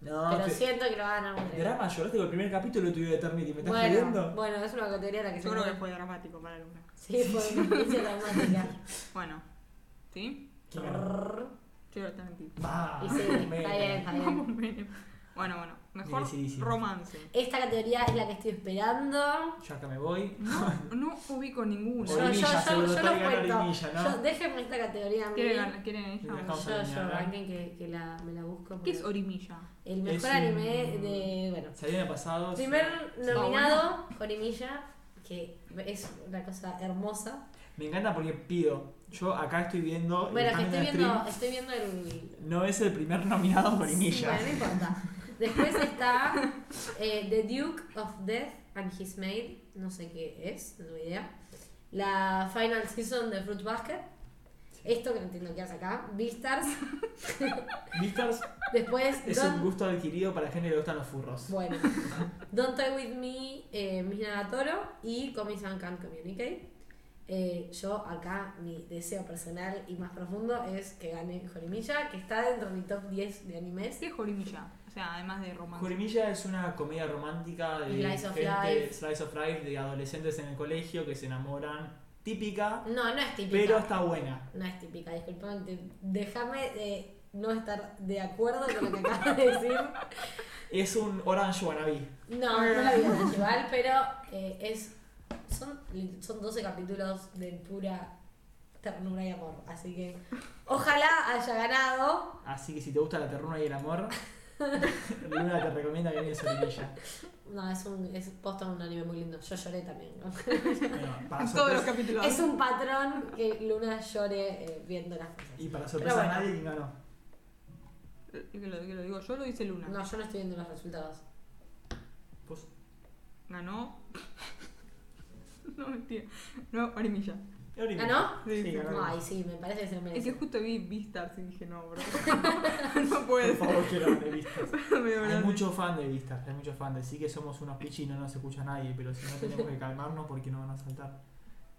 B: No,
A: pero
B: que-
A: siento que lo va a ganar Wonder Egg.
B: Drama, lloraste con el primer capítulo de tu vida Eternity, ¿me estás
A: Bueno,
B: jodiendo?
A: bueno, es una categoría en la que se
C: Yo creo que
A: muere.
C: fue dramático para alguna.
A: Sí, fue una noticia dramática.
C: Bueno, ¿sí? To Your Eternity.
B: Va,
A: Y sí,
B: men.
A: está bien, está bien.
C: bueno, bueno, mejor
B: Merecidísimo.
C: romance.
A: Esta categoría es la que estoy esperando.
B: Yo acá me voy.
C: No, no ubico ninguna.
A: Yo, yo,
B: Orimilla,
A: yo,
B: seguro,
A: yo
B: está
A: lo
B: bien ganar
A: cuento.
B: Orimilla, ¿no?
A: Yo- déjenme esta categoría a mí.
C: ¿Quieren ganar? ¿Quieren ella?
B: Dejamos
A: Yo, yo,
B: ganar.
A: arranquen que, que la, me la busco.
C: ¿Qué
A: porque-
C: es Orimilla?
A: El mejor
B: Es un-
A: anime de. Bueno.
B: Salió en el pasado. sí.
A: Primer
C: bueno.
A: nominado, Jorimilla, que es una cosa hermosa.
B: Me encanta porque pido. Yo acá estoy viendo. el
A: Bueno, que
B: cambio
A: estoy
B: de stream.
A: viendo, estoy viendo el.
B: No es el primer nominado por
A: Sí,
B: Inilla.
A: bueno, no importa. Después está eh, The Duke of Death and His Maid, no sé qué es, no tengo idea. La final season de Fruit Basket. Esto que no entiendo qué hace acá. Beastars.
B: Vistas
A: Después,
B: es
A: Don't-
B: un gusto adquirido para gente que le gustan los furros.
A: Bueno, Don't Toy With Me, eh, Miss Nagatoro y Comics and Can Communicate. Eh, yo acá, mi deseo personal y más profundo es que gane Jorimilla, que está dentro de mi top 10 de animes.
C: ¿Qué es Orimilla? O sea, además de romance.
B: Jorimilla es una comedia romántica de
A: Slice of
B: gente,
A: life.
B: slice of life, de adolescentes en el colegio que se enamoran. Típica,
A: No, no es típica.
B: pero está buena.
A: No es típica, disculpame. te- Déjame eh, no estar de acuerdo con lo que acabas de decir.
B: Es un Orange Wannabe.
A: No, no la voy a llevar, pero eh, es. Son, son 12 capítulos de pura ternura y amor. Así que ojalá haya ganado.
B: Así que si te gusta la ternura y el amor, Luna te recomienda que mires Orinilla.
A: No, es un es posta un anime muy lindo. Yo lloré también. ¿no?
B: Bueno, para
C: En todos los
B: sorpresa-
C: capítulos.
A: es un patrón que Luna llore eh, viendo las cosas.
B: y para sorpresa
A: Pero
B: a
A: bueno.
B: nadie, no, no.
C: Que lo, que lo digo yo, lo dice Luna.
A: No, yo no estoy viendo los resultados.
B: Vos-
C: Ganó. no, mentira. No, Orimilla.
B: Orinilla.
A: ¿Ganó?
B: Sí,
C: Sí,
B: ganó.
A: ¿Ah, Ay, sí, me parece que se lo
C: Es que
A: merece.
C: justo vi Vistas y dije, no, bro. no
B: Por
C: puede ser.
B: favor, quiero de vistas.
C: Me dio
B: Hay
C: gracia.
B: mucho fan de vistas, hay mucho fan de sí que somos unos pichis y no nos escucha nadie, pero si no tenemos que calmarnos porque no van a saltar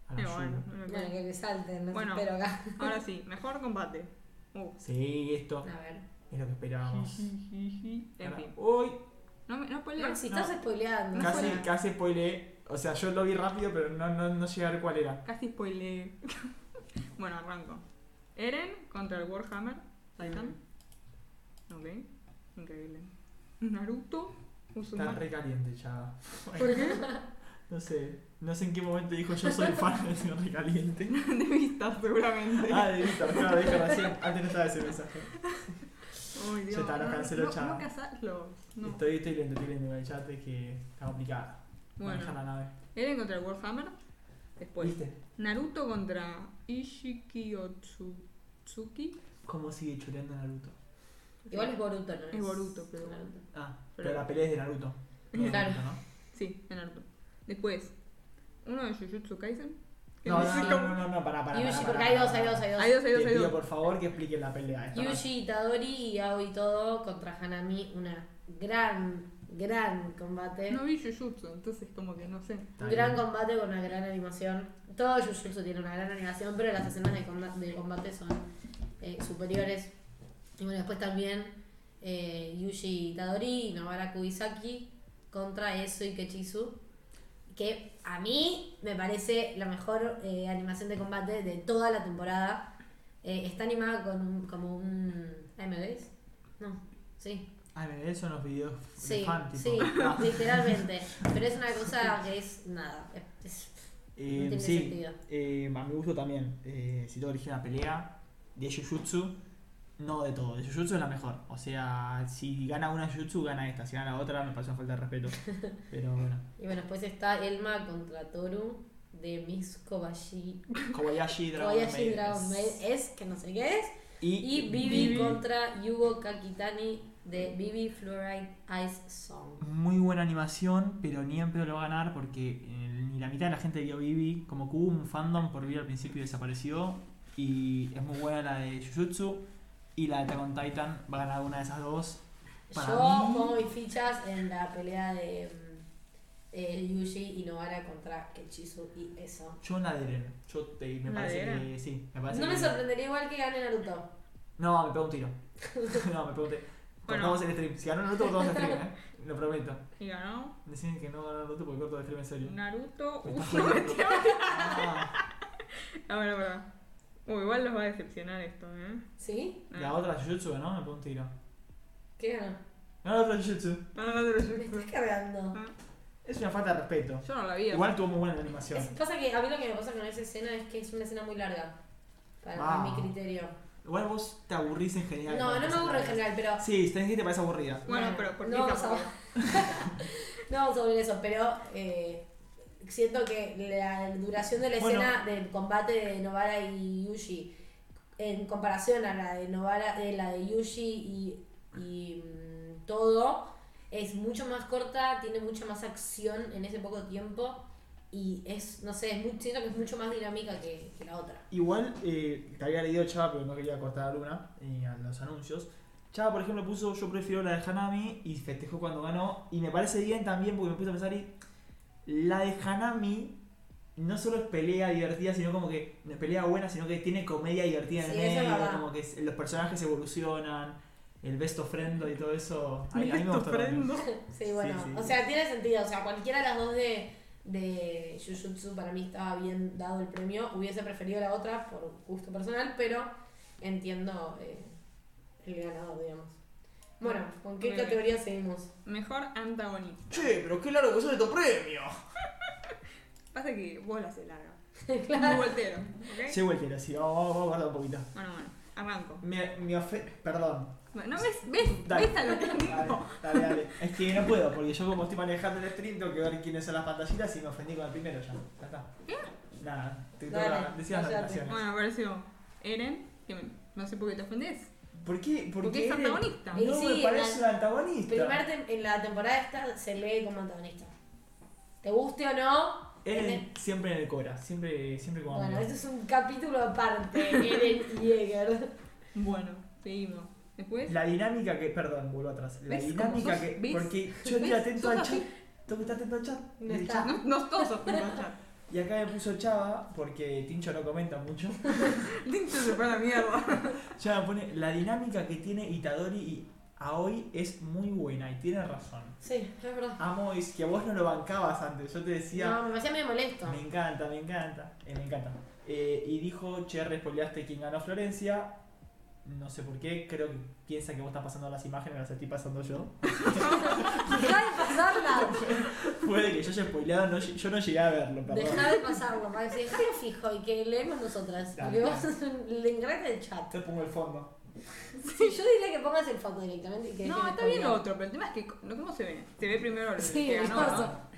B: a la
C: Pero bueno,
B: lluvia.
C: no me
A: Bueno,
C: acuerdo.
A: que me salten, no
C: Bueno.
A: espero acá.
C: Ahora sí, mejor combate. Uh.
B: Sí,
A: A
B: esto
A: ver.
B: es lo que esperábamos.
C: en
B: Ahora,
C: fin.
B: Hoy
C: No, me- no puedo leer.
A: Bueno, si estás
B: No.
A: spoileando.
B: casi,
A: bueno.
B: casi spoileé, o sea, yo lo vi rápido, pero no, no, no llegué a ver cuál era.
C: Casi spoileé. bueno, arranco. Eren contra el Warhammer Titan. Ok. Increíble. Naruto.
B: Está
C: Uzumaki.
B: re caliente ya.
C: ¿Por qué?
B: No sé, no sé en qué momento dijo yo soy fan del señor Recaliente.
C: De vistas, seguramente.
B: Ah, de vista, claro, dijo recién. Antes no estaba ese mensaje.
C: Ay, Dios.
B: está, lo
C: no,
B: canceló,
C: no,
B: chao.
C: no casarlos. No.
B: Estoy, estoy lento, estoy lento con el chat, es que está complicada. Manejar
C: Bueno, Pues.
B: la nave.
C: Eren contra el Warhammer. Después.
B: ¿Viste?
C: Naruto contra Ishikiotsuki.
B: ¿Cómo sigue choreando Naruto?
A: Igual es Boruto, ¿no?
C: Es Boruto, pero-
A: Naruto.
B: Ah,
C: Pero-
B: pero, la pelea es de Naruto. no de
A: Claro.
B: Naruto, ¿no?
C: Sí, en Naruto. Después, uno de Jujutsu Kaisen. que
B: No,
C: no sé
B: no, no,
C: cómo-
B: no, no, no, para, para.
A: Yuji, porque hay dos, hay dos, hay dos.
C: Hay dos, hay dos,
B: Te
C: hay
B: pido
C: dos.
B: por favor que expliquen la pelea. Esta no-
A: Yuji, Itadori y Ao y todo contra Hanami. Una gran, gran combate.
C: No vi Jujutsu, entonces como que no sé.
B: está
A: Un gran
B: bien.
A: combate con una gran animación. Todo Jujutsu tiene una gran animación, pero las escenas de combate, de combate son eh, superiores. Y bueno, después también eh, Yuji Itadori y Nobara Kubisaki contra Eso y Kechisu. Que a mí me parece la mejor eh, animación de combate de toda la temporada. Eh, está animada con un- como un. ¿Ay, me veis? No, sí.
B: Ah, me son los videos de
A: Sí,
B: fan, tipo.
A: sí,
B: Ah.
A: literalmente. Pero es una cosa que es nada. es- es-
B: Eh,
A: No tiene
B: sí,
A: sentido.
B: eh, a mi gusto también. Eh, si todo elige una pelea de Jujutsu, no de todo. De Jujutsu es la mejor. O sea, si gana una Jujutsu, gana esta. Si gana otra, me parece una falta de respeto. Pero bueno.
A: Y bueno, después está Elma contra Toru de Miss Kobashi.
B: Kobayashi Dragon
A: Kobayashi
B: Maid.
A: Dragon Maid es que no sé qué es. Y Bibi,
B: Bibi.
A: contra Yugo Kakitani de Bibi Fluoride Ice Song.
B: Muy buena animación, pero ni en pedo lo va a ganar porque eh, ni la mitad de la gente vio Bibi. Como que hubo un fandom por Bibi al principio y desapareció. Y es muy buena la de Jujutsu. Y la de Attack on Titan va a ganar una de esas dos. Para
A: Yo
B: mí-
A: pongo mis fichas en la pelea de mm, eh, Yuji y Noara contra Kechisu y eso.
B: Yo Naderen. Yo te, me
C: ¿Una
B: parece
C: Deren?
B: que sí. Me parece
A: No me
B: que-
A: sorprendería igual que gane Naruto.
B: No, me pego un tiro. no, me pego un tiro. Cortamos el stream. Si ganó Naruto, cortamos el stream, eh. Lo prometo.
C: Y ganó
B: Deciden que no ganó Naruto porque corto el stream en serio.
C: Naruto.
B: Me está
C: Uf,
B: jodiendo.
C: mentira.
B: Ah,
C: A ver, a ver. Uy, igual los va a decepcionar esto, ¿eh?
A: ¿Sí?
B: la otra Jujutsu ganó, me pego un tiro.
A: ¿Qué ganó?
B: Ganó la otra Jujutsu.
C: No, no, no, no,
A: Me estás
C: yo-
A: cargando.
B: Es una falta de respeto.
C: Yo no la vi.
B: Igual tuvo muy buena la animación.
A: Es- pasa que a mí lo que me pasa con esa escena es que es una escena muy larga. Para
B: Ah.
A: mi criterio.
B: Igual vos te aburrís en general.
A: No,
B: con
A: no me
B: cosas
A: aburro en
B: raras.
A: general, pero.
B: Sí, tenés que te parece aburrida.
C: Bueno, pero ¿por qué
A: no vamos, a,
C: tampoco?
A: no vamos a volver a eso, pero eh, siento que la duración de la
B: Bueno.
A: escena del combate de Novara y Yuji, en comparación a la de Novara, de la de Yuji y, y, mm, todo, es mucho más corta, tiene mucha más acción en ese poco tiempo y es, no sé, es muy- siento que es mucho más dinámica que, que la otra.
B: Igual, eh, te había leído Chava, pero no quería cortar a Luna eh, a los anuncios. Chava, por ejemplo, puso yo prefiero la de Hanami y festejó cuando ganó. Y me parece bien también porque me puse a pensar y la de Hanami no solo es pelea divertida, sino como que no es pelea buena, sino que tiene comedia divertida
A: Sí,
B: en el
A: eso es
B: medio,
A: verdad.
B: como que s- los personajes evolucionan, el best ofrendo y todo eso. A, a mí me
C: Esto
B: gustó también.
C: prendo.
A: Sí, bueno,
B: Sí, sí.
A: o sea, tiene sentido. O sea, cualquiera de las dos de, de Jujutsu para mí estaba bien dado el premio. Hubiese preferido la otra por gusto personal, pero entiendo eh, el ganador, digamos. Bueno, ¿con qué
C: Muy bien.
A: categoría seguimos?
C: Mejor antagonista.
B: Che, pero qué largo pues que son estos premios.
C: Pasa que vos la haces larga. Muy voltero, ¿ok?
B: Che, Walter, así, vamos, vamos, vamos a guardar un poquito.
C: Bueno, bueno, arranco.
B: Me, me ofe- Perdón.
C: Bueno, ¿no ves? ¿Ves?
B: Dale.
C: ¿Ves a lo que
B: Dale,
C: digo?
B: dale, dale. Es que no puedo, porque yo como estoy manejando el stream tengo que ver quiénes son las pantallitas y me ofendí con el primero ya. Ya está. Nada, te
A: Dale,
B: toca. Decías las
A: cállate.
B: relaciones.
C: Bueno, apareció Eren, que me- no sé por qué te ofendés.
B: ¿Por qué? ¿Por
C: Porque
B: qué
C: es
B: eres-
C: antagonista.
A: Y
B: No
A: sí,
B: me parece
A: la-
B: un antagonista.
A: Primer tem- en la temporada esta se lee como antagonista. ¿Te guste o no?
B: Eren siempre en el Cora, siempre, siempre como
A: Bueno,
B: amigo.
A: esto es un capítulo aparte, Eren y Jäger.
C: Bueno, seguimos. Después.
B: La dinámica que. Perdón, vuelvo atrás. La
C: ¿Ves cómo
B: dinámica
C: sos?
B: que.
C: ¿Ves?
B: Porque yo estoy
C: ¿Ves?
B: atento
C: Sos
B: al
C: así.
B: chat. Tengo que estar atento al chat.
A: No
B: El
A: está.
B: chat.
C: No, no todos ofenden al chat.
B: Y acá me puso Chava, porque Tincho no comenta mucho.
C: Tincho se fue a la mierda.
B: Ya me pone, la dinámica que tiene Itadori y Aoi es muy buena y tiene razón.
A: Sí, es verdad.
B: Amo es que vos no lo bancabas antes, yo te decía,
A: No, me hacía medio molesto.
B: me encanta, me encanta, eh, me encanta. Eh, y dijo, che, respoleaste quién ganó Florencia. No sé por qué, creo que piensa que vos estás pasando las imágenes, las estoy pasando yo.
A: Dejá de pasarla.
B: Puede que yo haya spoileado, no lle- yo no llegué a verlo, perdón.
A: Dejá de pasarlo, Maxi, dejalo fijo y que leemos nosotras.
B: Dale.
A: Porque vos le engranas el chat.
B: Te pongo el fondo.
A: Sí, yo diría que pongas el foto directamente y que
C: No,
A: dejes
C: está bien
A: colgado.
C: otro, pero el tema es que. co- ¿Cómo se ve? Se ve primero el
A: Sí,
C: que ganó,
A: hermoso.
C: ¿no?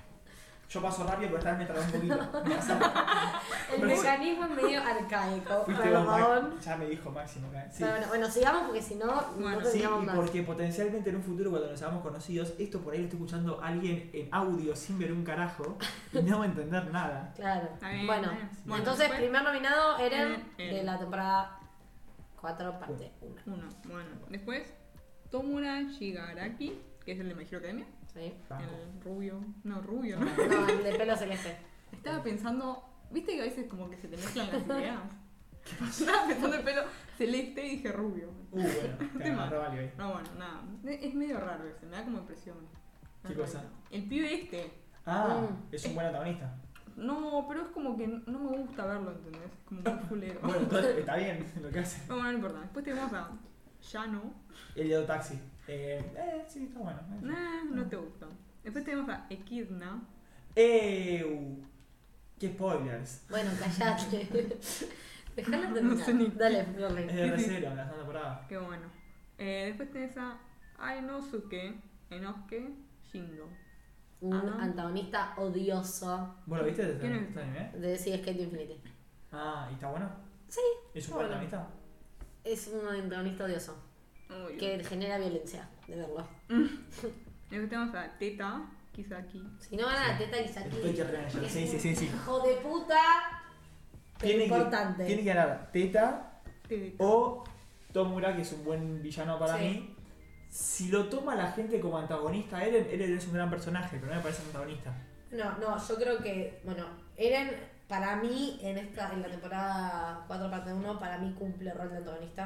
B: Yo paso rápido, pero esta vez me trabé un poquito. Me vas a-
A: El
B: Pero-
A: mecanismo es medio arcaico.
B: Fuiste vos, Mac.
A: Perdón.
B: Ya me dijo Máximo acá. Sí.
A: Pero bueno, bueno, sigamos porque si no,
C: Bueno,
A: no
B: Sí,
A: tendríamos
B: y
A: más.
B: porque potencialmente en un futuro cuando nos hagamos conocidos, esto por ahí lo está escuchando alguien en audio sin ver un carajo y no va a entender nada.
A: Claro.
C: Está bien,
A: bueno,
C: está bien. Ah, eh, Bueno, Eh,
A: entonces,
C: después-
A: primer nominado Eren
C: Eren.
A: de la temporada 4, parte 1.
C: Uno, bueno. Después, Tomura Shigaraki, que es el de My Hero Academia.
A: ¿Sí?
B: Banco.
C: El rubio. No, rubio, ¿no?
A: No, el de pelo celeste.
C: Estaba pensando, viste que a veces como que se te mezclan las ideas. ¿Qué pasó? Estaba pensando en pelo celeste y dije rubio.
B: Uh, bueno, te
C: Tema.
B: agarró algo ahí.
C: No, bueno, nada. Es medio raro ese, me da como impresión.
B: ¿Qué cosa?
C: El pibe este.
B: Ah,
A: Mm.
B: es un buen antagonista.
C: No, pero es como que no me gusta verlo, ¿entendés? Como muy fulero.
B: Bueno, entonces está bien lo que hace.
C: No, bueno, no importa. Después tenemos a Yano.
B: El de taxi. Eh, eh, sí, está bueno.
C: Nah, no te gusta. Después tenemos a Equidna.
B: Eh, uh, qué spoilers.
A: Bueno, callate. Dejala terminar.
C: No sé ni-
A: Dale, Florley.
B: Es de R0, la segunda temporada.
C: Qué bueno. Eh, después tenés a Ainosuke, Enosuke, Shindo.
A: Un
C: Ah.
A: antagonista odioso
B: ¿Vos lo viste desde
C: ¿Quién es?
B: este anime?
A: de Sí, Skate Infinity.
B: Ah, ¿y está bueno?
A: Sí,
B: ¿Es un
A: está
B: buen
A: bueno.
B: antagonista?
A: Es un antagonista odioso
C: Uy.
A: que genera violencia de verlo.
C: Después tenemos a Teta, Kisaki.
A: Si no van a la teta, quizá
B: Estoy que regañar. Sí, sí, sí, sí.
A: Hijo de puta.
B: Tiene
A: importante.
B: Que, tiene que ganar Teta
C: Teta.
B: o Tomura, que es un buen villano para
A: Sí.
B: mí. Si lo toma la gente como antagonista a Eren, Eren es un gran personaje, pero no me parece un antagonista.
A: No, no, yo creo que, bueno, Eren, para mí, en esta en la temporada 4 parte 1, para mí cumple el rol de antagonista.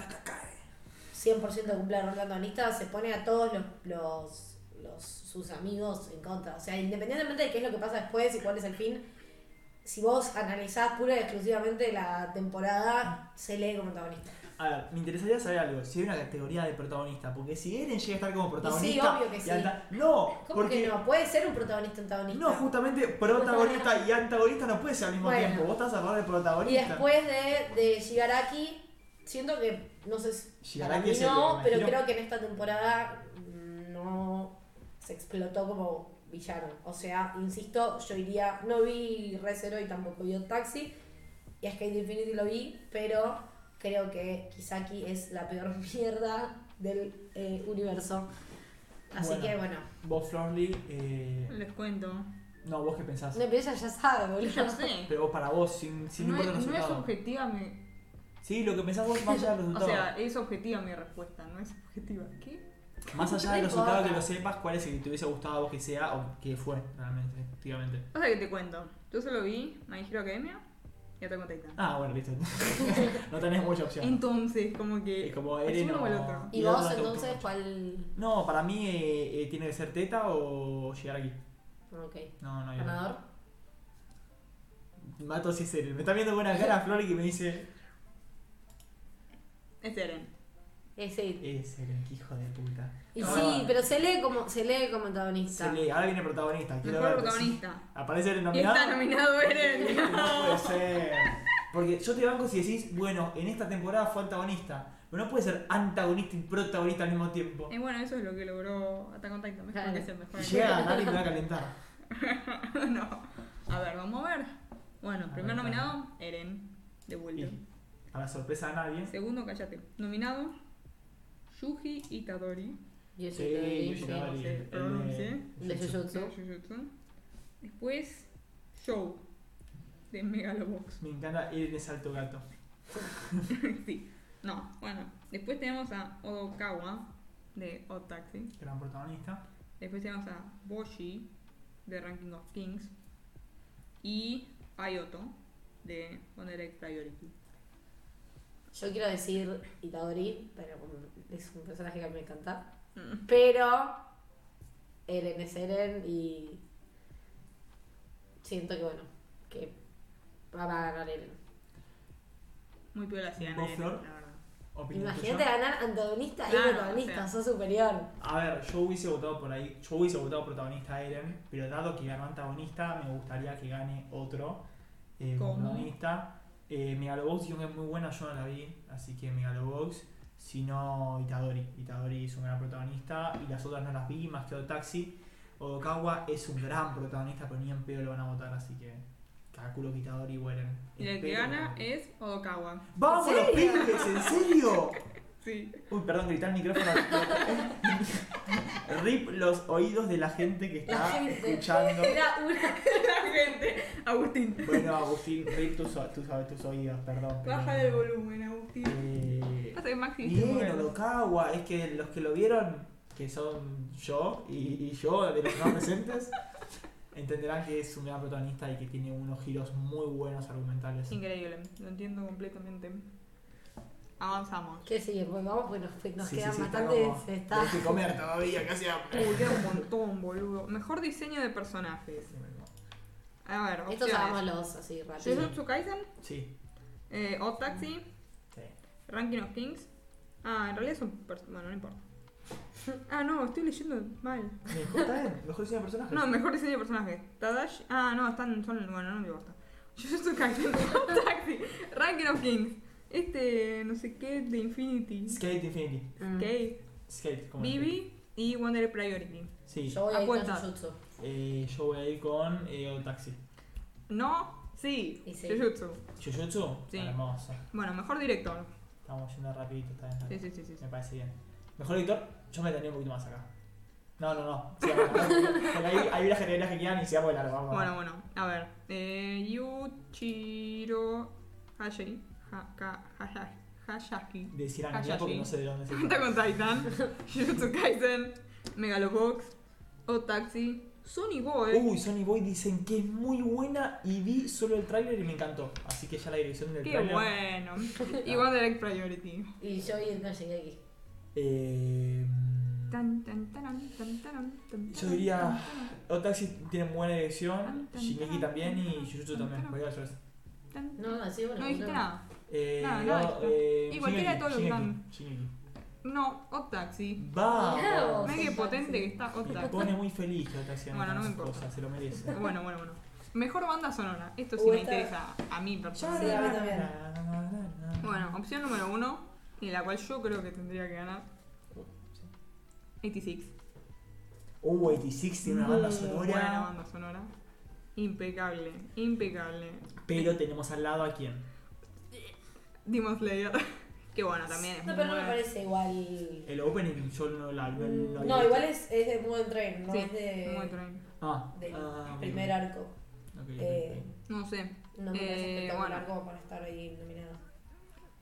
A: 100% cumple el rol de antagonista, se pone a todos los, los, los- sus amigos en contra. O sea, independientemente de qué es lo que pasa después y cuál es el fin, si vos analizás pura y exclusivamente la temporada, se lee como antagonista.
B: A ver, me interesaría saber algo, si hay una categoría de protagonista, porque si Eren llega a estar como protagonista...
A: obvio que
B: y
A: sí.
B: anta- No,
A: ¿Cómo
B: porque...
A: que no? Puede ser un protagonista antagonista.
B: No, justamente protagonista y antagonista no puede ser al mismo
A: Bueno.
B: tiempo. Vos estás a favor de
A: Y
B: protagonista.
A: después de, de Shigaraki, siento que, no sé si para
B: Shigaraki
A: mí
B: es el
A: no,
B: que me
A: pero
B: imagino.
A: creo que en esta temporada mm, no se explotó como villano. O sea, insisto, yo iría, no vi Resero y tampoco vi Odd Taxi, y Skate Infinity lo vi, pero creo que Kisaki es la peor mierda del eh, universo. Así
B: Bueno.
A: que bueno,
B: Vos, Florly, eh...
C: Les cuento.
B: no, vos qué pensás.
A: no, pero ella ya sabe,
C: Ya
A: boludo.
C: sé.
B: Pero vos para vos, sin, sin
C: no, es,
B: importar el
C: no es
B: resultado.
C: objetiva mi...
B: sí, lo que pensás vos más allá del
C: O
B: resultado.
C: sea, es objetiva mi respuesta, no es objetiva. ¿Qué?
B: más allá del
A: no
B: resultado
A: importa.
B: que lo sepas, cuál es el que te hubiese gustado a vos que sea o que fue realmente, efectivamente.
C: O sea que te cuento. Yo solo vi My Hero Academia y Attack on Titan.
B: Ah, bueno, listo. no tenés mucha opción.
C: Entonces, como que...
B: Es como
C: es
B: Eren
C: uno
B: o...
C: o el otro.
A: ¿Y
B: el
A: vos
B: otro no te gustó
A: entonces
B: mucho.
A: cuál?
B: No, para mí eh, eh, tiene que ser Teta o Shigaraki.
A: Ok,
B: No, no, yo.
C: Ah.
A: ganador.
B: Mato si es Eren. Me está viendo buena cara Flori que me dice...
C: Es Eren.
A: Es él.
B: Es Eren, qué hijo de puta.
A: Y
B: No,
A: sí,
B: no.
A: pero se lee como, se lee como antagonista.
B: Se lee, ahora viene el protagonista. Quiero
C: Mejor
B: ver,
C: protagonista.
B: sí. Aparece Eren
C: Y
B: nominado.
C: está nominado Eren.
B: No puede ser. Porque yo te banco si decís, bueno, en esta temporada fue antagonista. Pero no puede ser antagonista y protagonista al mismo tiempo.
C: Y bueno, eso es lo que logró Attack on Titan. Mejor
A: Claro.
C: que es el mejor.
B: Y llega a ganar y me va a calentar.
C: no. A ver, vamos a ver. Bueno,
B: A ver,
C: primer nominado, Eren. De vuelta.
B: Y, a la sorpresa de nadie.
C: Segundo, cállate. Nominado, Yuji Itadori.
A: Y eso
B: Sí,
A: te
B: yo
A: dice.
B: ya
C: no
B: vi.
C: sé,
B: El de-
C: pronuncié.
A: De Jujutsu.
C: de Jujutsu. Después, Show. De Megalobox.
B: Me encanta Eren es alto gato.
C: sí. No, bueno. Después tenemos a Odokawa. De Odd Taxi.
B: Gran protagonista.
C: Después tenemos a Boshi de Ranking of Kings y Ayoto de One Direct Priority.
A: Yo quiero decir Itadori, pero mm, es un personaje que a mí me encanta.
C: Mm,
A: Pero Eren es Eren y siento que bueno, que va a ganar Eren.
C: Muy piola si gana
B: ¿Vos,
C: Eren,
B: Flor?
C: la verdad.
B: Opinión
A: Imagínate
B: tuya.
A: ganar antagonista
C: Claro,
A: y protagonista,
C: o sea.
A: sos superior.
B: A ver, yo hubiese votado por ahí, yo hubiese votado protagonista a Eren, pero dado que ganó antagonista, me gustaría que gane otro eh, como
C: ¿Cómo?
B: protagonista. Eh, Megalobox dijeron que es muy buena, yo no la vi, así que Megalobox, si no Itadori. Itadori es un gran protagonista y las otras no las vi, más que Otaxi. Odokawa es un gran protagonista, pero ni en pedo lo van a votar, así que calculo Kitadori y Weren.
C: Y el que
B: Espero
C: gana es Odokawa.
B: ¡Vamos
A: ¿En
B: los
A: serio?
B: pibes! ¿En serio?
C: Sí.
B: Uy, perdón, grité al micrófono. Rip los oídos de la gente que está
A: La gente.
B: escuchando.
A: Era una.
C: La gente. Agustín.
B: Bueno, Agustín, rip tus, o- tus, tus oídos, perdón. pero-
C: Baja el volumen, Agustín.
B: Eh,
C: Pasa que Maxi viste un
B: Bien,
C: poco.
B: Olokawa, es que los que lo vieron, que son yo y, y yo, de los no presentes, entenderán que es un gran protagonista y que tiene unos giros muy buenos argumentales.
C: Increíble, lo entiendo completamente. Avanzamos.
A: ¿Qué sigue? Bueno, vamos porque nos, pues nos
B: Sí, sí,
A: quedan
B: sí, está
A: bastantes.
B: como-
A: está-
B: Hay que comer todavía, casi hambre.
C: Uy, queda un montón, boludo. Mejor diseño de personajes. A ver,
A: Estos
C: opciones.
A: hagámoslos así rápido.
C: Jujutsu Kaisen,
B: Sí,
C: eh, Odd Taxi,
B: sí.
C: Ranking of Kings. Ah, en realidad son... pers- Bueno, no importa. Ah, no, estoy leyendo mal.
B: Mejor, está bien, mejor diseño de personaje.
C: No, mejor diseño de personaje. Tadashi. Ah, no, están. Son, bueno, no me importa. Jujutsu Kaisen, Odd Taxi, Ranking of Kings. Este, no sé qué, de Infinity.
B: Skate Infinity.
A: Mm.
C: Skate,
B: Skate, como
C: Bibi y Wonder Priority.
B: Sí.
A: Yo voy a ir con
C: Apunta.
A: Jujutsu.
B: Eh, yo voy a ir con eh, Old Taxi.
C: No, sí,
A: Y sí.
C: Jujutsu.
B: Jujutsu,
C: Sí.
B: hermoso.
C: Bueno, mejor director.
B: Estamos yendo rapidito, está bien. está
C: Sí,
B: bien.
C: sí, sí, sí. sí.
B: Me parece bien. Mejor editor, yo me tenía un poquito más acá. No, no, no. Sí, acá, acá, porque hay, hay unas categorías que quedan y se va a largo. Vamos.
C: Bueno, bueno, a ver. Eh, Yuchiro Hashi. Ha- Ka- Haya- Hayaki.
B: Decir a
C: Hayashi.
B: porque no sé de dónde se
C: Junta con Titan. Jujutsu Kaisen. Megalobox. O Taxi. Sony Boy.
B: Uy, Sony Boy dicen que es muy buena y vi solo el tráiler y me encantó. Así que ya la dirección del
C: Qué
B: tráiler.
C: bueno. y One Direct Priority.
A: Y yo voy a ir con Shingeki.
B: Eh,
C: Tan, tan, taran, tan, taran, tan,
B: Yo
C: taran,
B: diría-
C: tan, taran,
B: Otaxi tiene buena dirección, Shingeki también y Jujutsu también. Voy a ver tres.
C: tan, tan.
A: No, no, sí, bueno.
C: No dijiste
A: no.
C: nada.
B: Eh,
C: Nada, nada,
B: no, eh,
C: Y cualquiera
B: Shingeki,
C: de todos los que
B: Shingeki,
C: están.
B: Shingeki.
C: No, O Taxi.
A: Mirá
B: ¡Vamos!
A: vos.
C: Mira qué
A: Otaxi.
C: potente que está O
B: Me
C: Taxi.
B: pone muy feliz que Otaxi haga
C: Bueno, no me
B: esas
C: importa.
B: cosas, se lo merece.
C: Bueno, bueno, bueno. Mejor banda sonora. Esto sí
A: Uh,
C: me
A: esta-
C: interesa a mí personalmente.
A: Sí, a mí también.
C: Bueno, opción número uno, y la cual yo creo que tendría que ganar. 86.
B: Uh, 86 tiene una banda
C: Muy Buena
B: sonora.
C: banda sonora. Impecable, impecable.
B: Pero tenemos al lado a quién.
C: Demon Slayer. que bueno, también es
A: No,
C: muy
A: pero no me
C: buena.
A: parece igual.
B: El opening yo no la. No, no-
A: Mm, No, igual es, es de Mugen Train, no
C: Sí,
A: es de.
C: muy train.
B: Ah,
A: del
B: ah,
A: primer
B: ok,
A: arco.
B: ok, ok.
A: Eh,
C: No sé,
A: No me parece
C: Eh,
A: espectacular
C: bueno.
A: como para estar ahí nominado.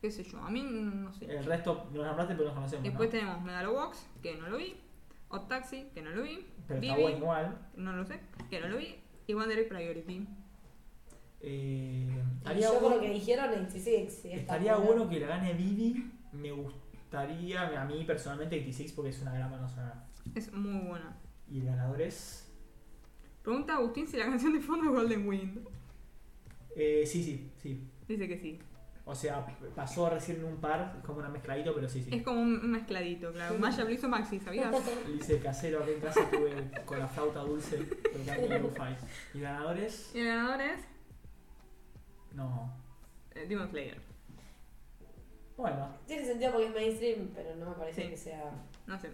C: qué sé yo. A mí no sé.
B: El resto no los nombraste, pero los conocemos. ¿no?
C: Después tenemos Megalobox, que no lo vi. O Taxi, que no lo vi.
B: Pero está
C: Vivi.
B: bueno igual.
C: No lo sé, que no lo vi. Y One Direct Priority.
B: Eh,
A: Y
B: estaría
A: yo con
B: bueno,
A: lo que dijeron, 86. y está
B: estaría bueno que la gane Vivi. Me gustaría, a mí personalmente, 86 porque es una gran banda sonora.
C: Es muy buena.
B: Y el ganador es.
C: Pregunta a Agustín si la canción de fondo es Golden Wind.
B: Eh, sí, sí, sí.
C: Dice que sí.
B: O sea, pasó recién un par, es como una mezcladito, pero sí, sí.
C: Es como un mezcladito, claro.
A: Sí.
C: Maya lo hizo Maxi, ¿sabías?
B: Le hice el casero acá en casa, estuve con la flauta dulce tocando el lo-fi. ¿Y ganadores?
C: Y el ganador es
B: No.
C: eh, Demon Slayer.
B: Bueno,
A: Tiene sentido porque es mainstream, pero no me parece
C: Sí.
A: que sea.
C: No sé.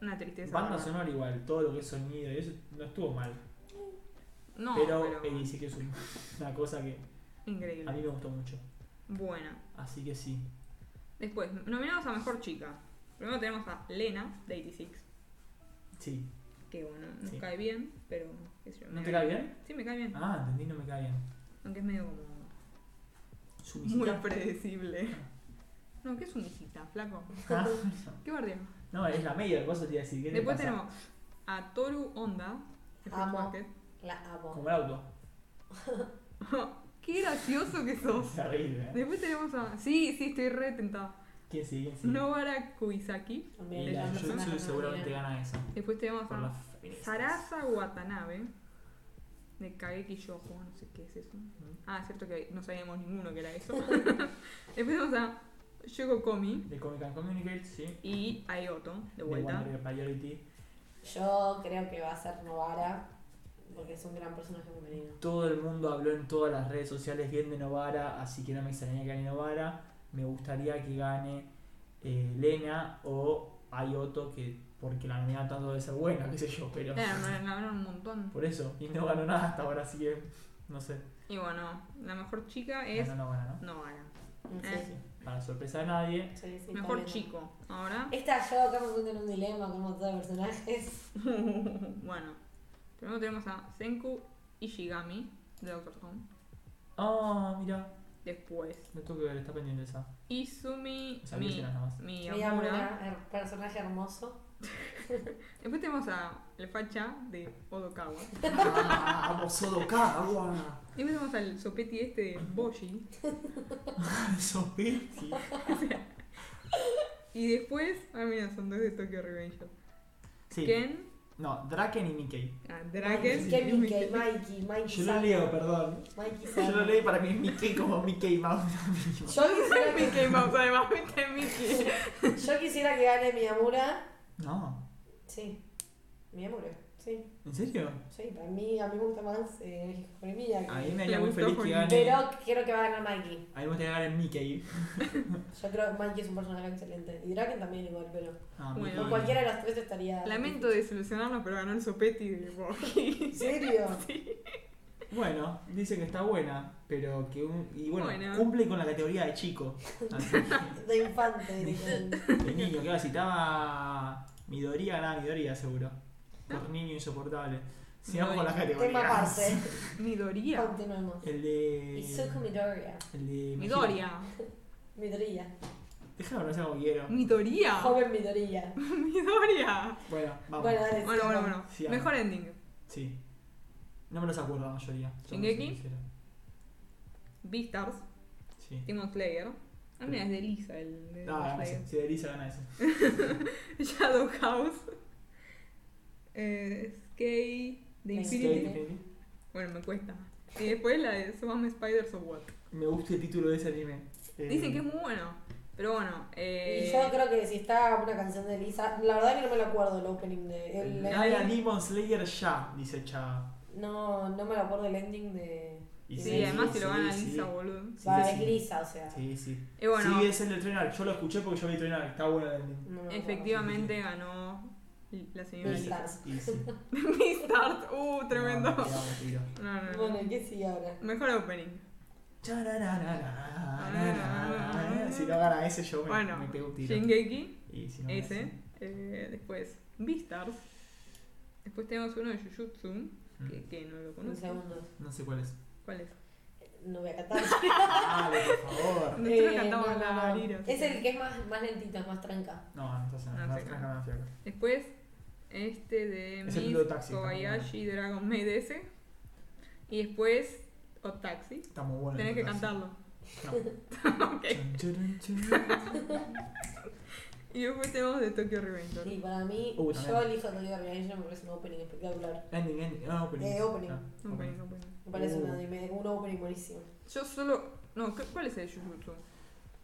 C: Una tristeza.
B: banda
C: ¿verdad?
B: sonora igual, todo lo que es sonido, y eso no estuvo mal.
C: No,
B: pero
C: pero,
B: eh, sí que es un- una cosa que a mí
C: increíble.
B: me gustó mucho.
C: Buena.
B: Así que sí.
C: Después, nominados a Mejor Chica. Primero tenemos a Lena, de 86.
B: Sí.
C: Que bueno, nos
B: Sí.
C: cae bien, pero... qué sé yo,
B: ¿No
C: me
B: te cae bien?
C: Sí, me cae bien.
B: Ah, entendí, no me cae bien.
C: Aunque es medio como...
B: Su
C: Muy
B: visita.
C: predecible. No, ¿qué es un hijita, flaco?
B: Ah,
C: ¿Qué guardián?
B: no, es la media, cosa te iba a decir. ¿qué te
C: Después
B: pasa?
C: tenemos a Toru Honda, de Fruit
A: Amo.
C: Basket.
A: La amo.
B: Como el auto.
C: Qué gracioso que sos.
B: Terrible, ¿eh?
C: Después tenemos a. Sí, sí, estoy re tentada.
B: ¿Quién sí? ¿Quién sí?
C: Nobara Kuisaki.
B: Y
A: También
B: la
A: es una persona
B: Jujutsu
A: que
B: seguramente
A: no
B: gana esa.
C: Después tenemos
B: Por las
C: a
B: feministas.
C: Sarasa Watanabe. De Kageki Shoujo, no sé qué es eso. Ah, es cierto que no sabíamos ninguno que era eso. Después tenemos a Shogo Komi
B: De Comic and Communicate, sí.
C: y Ayoto, de
B: De
C: vuelta.
B: Wonder Priority.
A: Yo creo que va a ser Novara, porque es un gran personaje femenino.
B: Todo el mundo habló en todas las redes sociales bien de Novara, así que no me extrañaría que gane Novara. Me gustaría que gane eh, Lena o Ayoto, que porque la nominaron tanto debe ser buena, qué sé yo, pero.
C: Eh, me ganaron un montón.
B: Por eso, y no ganó nada hasta ahora, así que. No sé.
C: Y bueno, la mejor chica es.
B: Ganó, no gana, ¿no?
C: No gana.
A: Sí,
C: Eh,
B: Para sorpresa de nadie.
A: sí, sí,
C: mejor
A: está bien.
C: chico. Ahora.
A: Esta yo acá me encuentro en un dilema con un montón de personajes.
C: bueno. Primero tenemos a Senku Ishigami de Doctor Stone.
B: Ah, mira,
C: Después.
B: no tengo que ver, está pendiente esa.
C: Izumi
B: O sea,
C: Mi-
B: vírgenes nomás.
C: Miyamura.
A: Miyamura, el eh, personaje hermoso.
C: Después tenemos a el facha de Odokawa.
B: Ah, vos agua.
C: Después tenemos al sopeti este de Boshi.
B: Sopiti.
C: Y después, ah mira, son dos de Tokyo Revengers.
B: Sí.
C: Ken,
B: No, Draken y Mickey.
C: ah, Draken,
A: Mikey,
C: y
A: Mikey,
C: Mickey.
A: Mikey, Mikey.
B: Yo lo
A: Sam,
B: leo, perdón.
A: Mikey
B: Yo
A: Sam.
B: lo leí para mí es Mickey como Mickey Mouse.
A: Yo quisiera, que,
C: Mickey Mouse, además viste Mickey.
A: yo quisiera que gane Miyamura.
B: No,
A: Sí, Miyamura. Sí,
B: ¿en serio?
A: sí, para mí, a mí me gusta más eh, Horimiya. que-
B: A mí me
C: Le
B: haría muy
C: gustó
B: feliz que gane.
C: Juan.
A: Pero quiero que va a ganar Mikey.
B: A mí me gustaría ganar Mickey.
A: Yo creo que Mikey es un personaje excelente. Y Draken también igual, pero.
B: Ah,
C: Bueno.
A: Con
B: Mickey.
A: cualquiera de los tres estaría.
C: Lamento desilusionarlo, pero ganó el sopeti de Boshi.
A: ¿En serio?
B: Bueno, dice que está buena, pero que un. Y bueno,
C: Bueno.
B: cumple con la categoría de chico. Así que,
A: De infante. directamente.
B: de niño, claro, si estaba. Midoriya ganaba Midoriya, seguro. Por niño insoportable. Sigamos con las
A: Tema
B: categorías.
A: aparte.
C: Midoriya.
A: Continuemos.
B: El de.
A: Izuku Midoriya.
B: El de.
C: Midoriya.
A: Midoriya.
B: Déjame pronunciar como quiero.
C: Midoriya.
A: Joven Midoriya.
C: Midoriya.
B: Bueno, vamos.
A: Bueno, dale.
C: Bueno, bueno, bueno.
B: Sí, amo.
C: Mejor ending.
B: Sí. No me los acuerdo la mayoría. soy
C: ¿Shingeki?
B: muy sincero.
C: Beastars,
B: Sí.
C: Demon Slayer. Ah, mira, es de Lisa el de
B: Ah,
C: Demon
B: gana
C: Slayer.
B: ese. Si de Elisa gana ese.
C: Shadow House. Eh, Skate.
A: Skate.
C: The Infinity.
B: Skate, Infinity.
C: Bueno, me cuesta. Y después la de Subame Spiders of What.
B: Me gusta el título de ese anime. Eh,
C: Dicen que es muy bueno. Pero bueno, eh,
A: Y yo creo que si está una canción de Lisa, la verdad que no me lo acuerdo el opening de. El,
B: Gana Demon Slayer ya, dice Cha.
A: no, no me lo acuerdo el ending de.
B: Y
C: sí,
A: sí,
C: además si lo gana
B: sí,
C: Lisa,
B: sí.
C: boludo.
B: Sí,
A: Va,
B: sí.
A: es Lisa, o sea.
B: Sí, sí.
C: Y bueno,
B: Sí, es el del Trenar. Yo lo escuché porque yo vi Trenar. Está bueno el anime.
A: no me acuerdo.
C: efectivamente ganó la señora
A: Lisa.
C: Lisa.
A: Beastars.
B: Y sí.
C: Beastars, uh, tremendo.
B: No, me pegaba un tiro.
C: No, no, no.
A: Bueno, ¿qué sigue ahora?
C: Mejor opening.
B: Chararararararara. Si no gana ese, yo me,
C: Bueno,
B: me pego un tiro.
C: Shingeki,
B: Y si no gana
C: ese. Eh, después, Beastars. Después tenemos uno de Jujutsu,
B: Mm.
C: que, que no lo
A: Un
C: conozco.
A: segundo.
B: No sé cuál es.
C: ¿Cuál es?
A: No voy a cantar.
B: Dale, por favor.
C: Nosotros
A: Eh,
C: cantamos
A: no, no,
C: la
A: no.
C: lira, así
A: Es
C: que-
A: el que es más, más lentito, es más tranca.
B: No, no estás
C: No
B: en la
C: sé.
B: franja más fiaca.
C: Después, este de
B: Es el
C: Miss
B: Blue Taxi, está muy
C: Kobayashi Dragon Maid ese. Y después, O Taxi.
B: Está muy bueno.
C: Tenés que
B: entonces.
C: cantarlo.
B: No.
C: ok.
B: Chun, churun, churun.
C: Y después tenemos de Tokyo Revenger.
A: Y para mí,
B: Uh,
A: yo
B: también.
A: elijo Tokyo Revengers me parece un opening espectacular.
B: Ending, ending. No, opening.
A: Eh, opening.
B: Ah,
C: No, bueno, no, bueno.
A: Me parece
B: Uh.
A: un anime- un opening buenísimo.
C: Yo solo. No, ¿qué- ¿cuál es el de Jujutsu?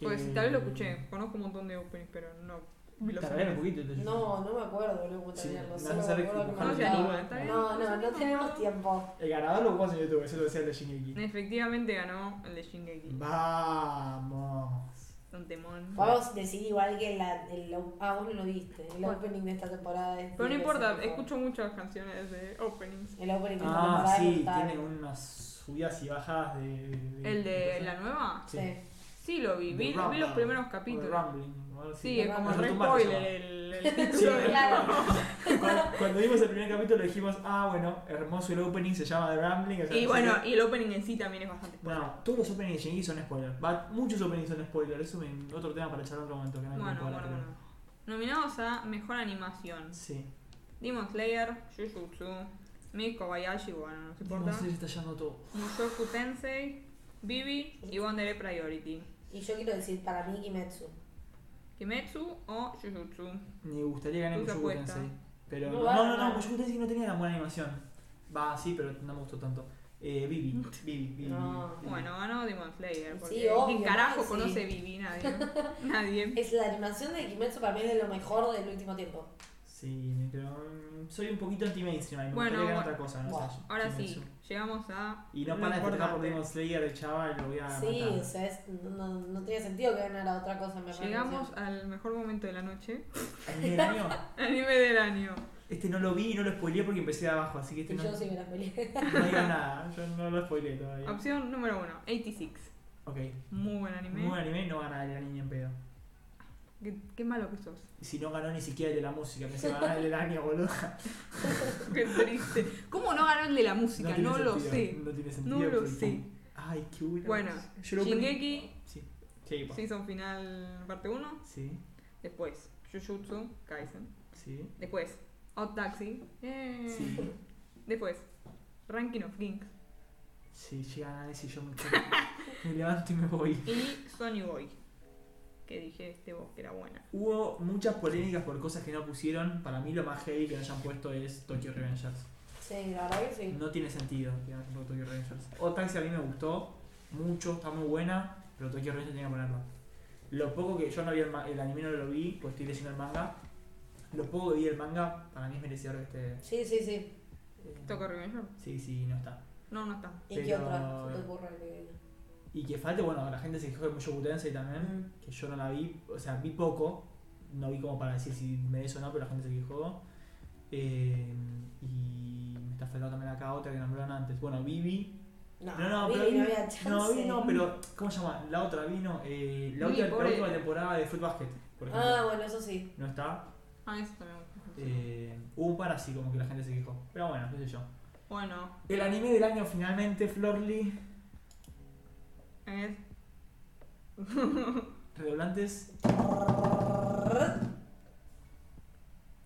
C: Porque si
B: Eh,
C: tal vez lo escuché. Conozco un montón de openings, pero no. vi los
B: Te arregla un
C: openings.
B: poquito. entonces.
A: No, no me acuerdo, boludo, cómo
B: Sí,
A: terminarlo.
B: no
A: Solo
B: sabes
A: me acuerdo que
B: dibujar.
A: me
C: No se
A: gustaba.
C: anima, está bien.
A: No, no, no tenemos tiempo.
B: El ganador lo pongo en YouTube, eso lo decía el de Shingeki.
C: Efectivamente ganó el de Shingeki.
B: Vamos.
C: Un temón.
A: Vamos a decir igual que la, el, ah, vos no lo viste, el
C: ¿Cuál?
A: opening de esta temporada. es
C: Pero no
A: diez
C: importa,
A: veces mejor.
C: escucho muchas canciones de openings.
A: El opening de esta
B: Ah,
A: temporada que
B: sí,
A: está-
B: tiene unas subidas y bajadas de.
C: ¿El de la nueva?
B: Sí.
A: Sí.
C: Sí, lo vi.
B: De
C: Vi, vi
B: Rumbling,
C: los primeros
B: o de
C: capítulos.
B: Rumbling. o algo así.
C: Sí, es como
B: Nosotros
C: re
B: tomamos,
C: spoiler
B: ¿no?
C: el, el título.
B: Sí,
C: del-
A: Claro,
B: Cuando, cuando vimos el primer capítulo dijimos, ah, bueno, hermoso el opening, se llama The Rambling. o sea, no
C: Y
B: sé
C: bueno,
B: qué.
C: y el opening en sí también es bastante spoiler.
B: No, todos los openings de Shingeki son spoilers. Va, muchos openings son spoilers. Eso es otro tema para charlar en otro momento. Que no hay
C: Bueno,
B: tiempo
C: bueno,
B: ahora, pero-
C: bueno. Nominados a Mejor Animación.
B: Sí.
C: Demon Slayer, Jujutsu, Miss Kobayashi, bueno, no
B: Vamos a
C: se importa.
B: seguir estallando todo.
C: Mushoku Tensei, Bibi y Wonder Egg Priority.
A: y yo quiero decir para mí Kimetsu.
C: Kimetsu o Jujutsu.
B: Me gustaría ganar
C: Tus
B: Mushoku
C: apuestas.
B: Tensei. Pero
A: No
B: no,
A: va a
B: no, no,
A: ganar.
B: Mushoku Tensei no tenía tan buena animación. Va, sí, pero no me gustó tanto. Eh, Bibi, Bibi, Bibi.
A: No.
B: Bibi.
C: Bueno, ganó Demon Slayer.
A: Mm. Sí,
C: Porque
A: obvio,
C: ¿Quién carajo
A: sí.
C: conoce Bibi? Nadie. Nadie.
A: Es la animación de Kimetsu para mí es de lo mejor del último tiempo.
B: Sí, pero mm, soy un poquito anti-mainstream, ahí, me
C: Bueno,
B: gustaría que hagan
C: bueno.
B: otra cosa, no
A: Bueno,
B: sé,
C: Ahora sí,
B: eso.
C: llegamos a.
B: Y no
C: lo
B: para de tocar por
C: importante.
B: Demon Slayer, chaval, lo voy a
A: Sí,
B: matar.
A: o sea, es- no, no tiene sentido que ganara otra cosa. Me parece.
C: Llegamos al mejor momento de la noche.
B: ¿Anime del año?
C: Anime del año.
B: Este no lo vi y no lo spoileé porque empecé de abajo, así que este
A: Y
B: no,
A: yo sí me la peleé.
B: no digo nada, yo no lo spoileé todavía.
C: Opción número uno, 86.
B: Ok,
C: Muy buen anime.
B: ningún anime no gana el del año ni en pedo.
C: Qué, qué malo que sos.
B: Y si no ganó ni siquiera el de la música, pensé que ganar el del año, boludo.
C: Qué triste. ¿Cómo no ganó el de la música?
B: tiene
C: No, lo
B: sentido,
C: sé.
B: No tiene sentido.
C: No lo
B: porque-
C: sé.
B: Ay, qué bueno.
C: Bueno,
B: yo lo ponía-
C: Shingeki,
B: Sí, sí, pa.
C: season final parte 1.
B: sí,
C: Después, Jujutsu Kaisen.
B: sí,
C: Después, Odd Taxi. Eh.
B: sí.
C: Después, Ranking of Kings.
B: Si llegan a ese yo me, me levanto y me voy.
C: Y Sony Boy. Que dije este vos que era buena.
B: Hubo muchas polémicas por cosas que no pusieron. Para mí lo más heavy que no hayan puesto es Tokyo Revengers.
A: Sí, la verdad que sí.
B: No tiene sentido que hayan puesto Tokyo Revengers. O Taxi a mí me gustó mucho, está muy buena, pero Tokyo Revengers tenía que ponerlo. Lo poco que yo no vi el, ma- el anime, no lo vi, pues estoy leyendo el manga. Lo poco que vi el manga, para mí es merecedor de este...
A: Sí, sí, sí.
B: eh,
C: ¿Toca Revenger?
B: Sí, sí, no está.
C: No, no está.
A: ¿Y qué
B: Pero- eh,
A: otra se te ocurre que
B: Y que falte, bueno, la gente se quejó de mucho Butense también.
A: Mm.
B: que yo no la vi, o sea, vi poco, no vi como para decir si merece o no, pero la gente se quejó. Eh, y me está faltando también acá otra que nombraron antes. Bueno, Vivi.
A: No,
B: No, no,
A: Vivi,
B: pero
A: no
B: Vivi-
A: había chance.
B: No, Vivi no, pero ¿cómo se llama? La otra vino, eh, la,
C: Vivi,
B: otra, la
C: pobre.
B: última temporada de Foot Basket, por ejemplo.
A: Ah, bueno, eso sí.
B: No está.
C: Ah, eso también. me gusta.
B: Eh, hubo un par así como que la gente se quejó. Pero bueno, qué sé yo.
C: Bueno,
B: El anime del año finalmente, Florly.
C: es.
B: Redoblantes.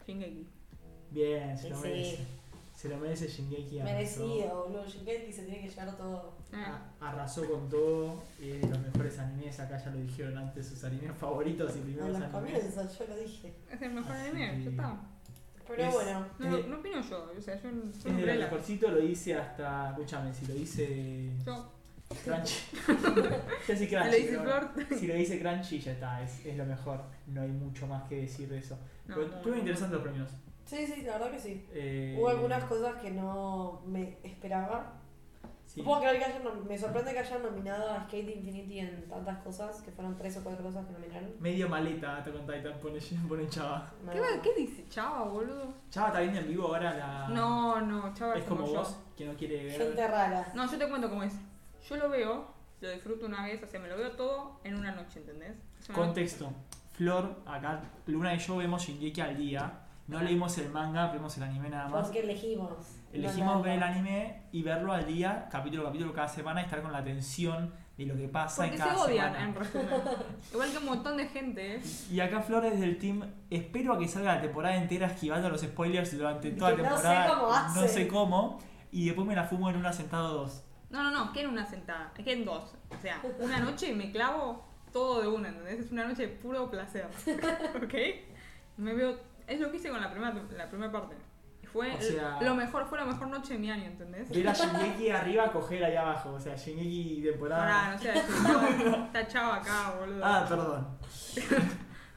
C: Shingeki. Eh,
B: Bien, se lo
A: Sí.
B: merece. Se lo merece Shingeki. Amazon.
A: Merecido, boludo. Shingeki se tiene que llevar todo.
C: Eh.
B: Ah. Arrasó con todo, es de los mejores animes, acá ya lo dijeron antes, sus animes favoritos y
A: A
B: primeros
A: los
B: animes.
A: comienzos, yo lo dije.
C: Es el mejor
B: Así
C: anime,
B: que-
C: ya está.
A: Pero
B: Ah, Es-
A: bueno.
C: No,
B: Eh,
C: no opino yo, o sea, yo no
B: Es
C: soy
B: de lo
C: umbrella.
B: mejorcito, lo dice hasta, escúchame, si lo dice
C: Yo,
B: Crunchy. ya sí
C: si
B: Crunchy.
C: le dice
B: pero
C: Flor,
B: bueno, Si lo dice Crunchy ya está, es, es lo mejor, no hay mucho más que decir de eso.
C: no.
B: Pero
C: no,
B: estuvo
C: no.
B: interesante los premios.
A: Sí, sí, la verdad que sí.
B: Eh,
A: Hubo algunas cosas que no me esperaba.
B: sí.
A: Supongo que hayan nom- me sorprende que hayan nominado a Skate Infinity en tantas cosas, que fueron tres o cuatro cosas que nominaron.
B: Medio maleta Attack on Titan, pone, pone Chava.
A: No,
C: ¿Qué, va- qué dice Chava, boludo?
B: Chava está viendo en vivo ahora la...
C: No, no, Chava
B: Ah. Es como
C: yo.
B: vos, que no quiere ver...
A: Gente rara.
C: No, yo te cuento cómo es. Yo lo veo, lo disfruto una vez, o sea, me lo veo todo en una noche, ¿entendés? Es una noche-
B: Contexto. Flor, acá, Luna y yo vemos Shingeki al día. No leímos el manga, vimos el anime nada más.
A: Porque elegimos.
B: Elegimos
A: No,
B: ver el
A: no, no.
B: anime y verlo al día, capítulo a capítulo, cada semana, y estar con la atención de lo que pasa
C: Porque
B: en
C: se
B: cada
C: odian, en
B: semana.
C: resumen. Igual que un montón de gente, ¿eh?
B: Y acá Flor es del team, espero a que salga la temporada entera esquivando los spoilers durante toda la
A: No sé
B: temporada.
A: cómo hace.
B: No sé cómo. Y después me la fumo en una sentada o dos.
C: No, no, no, que en una sentada, que en dos. O sea, una noche me clavo todo de una, ¿entendés? Es una noche de puro placer. ¿Ok? Me veo. Es lo que hice con la primera la primera parte. Y Fue
B: O sea-
C: lo mejor, fue la mejor noche de mi año, ¿entendés?
B: Ver a Shingeki arriba, coger ahí abajo. O sea, Shingeki temporada.
C: Pará, no sea, está chava acá, boludo.
B: Ah, perdón.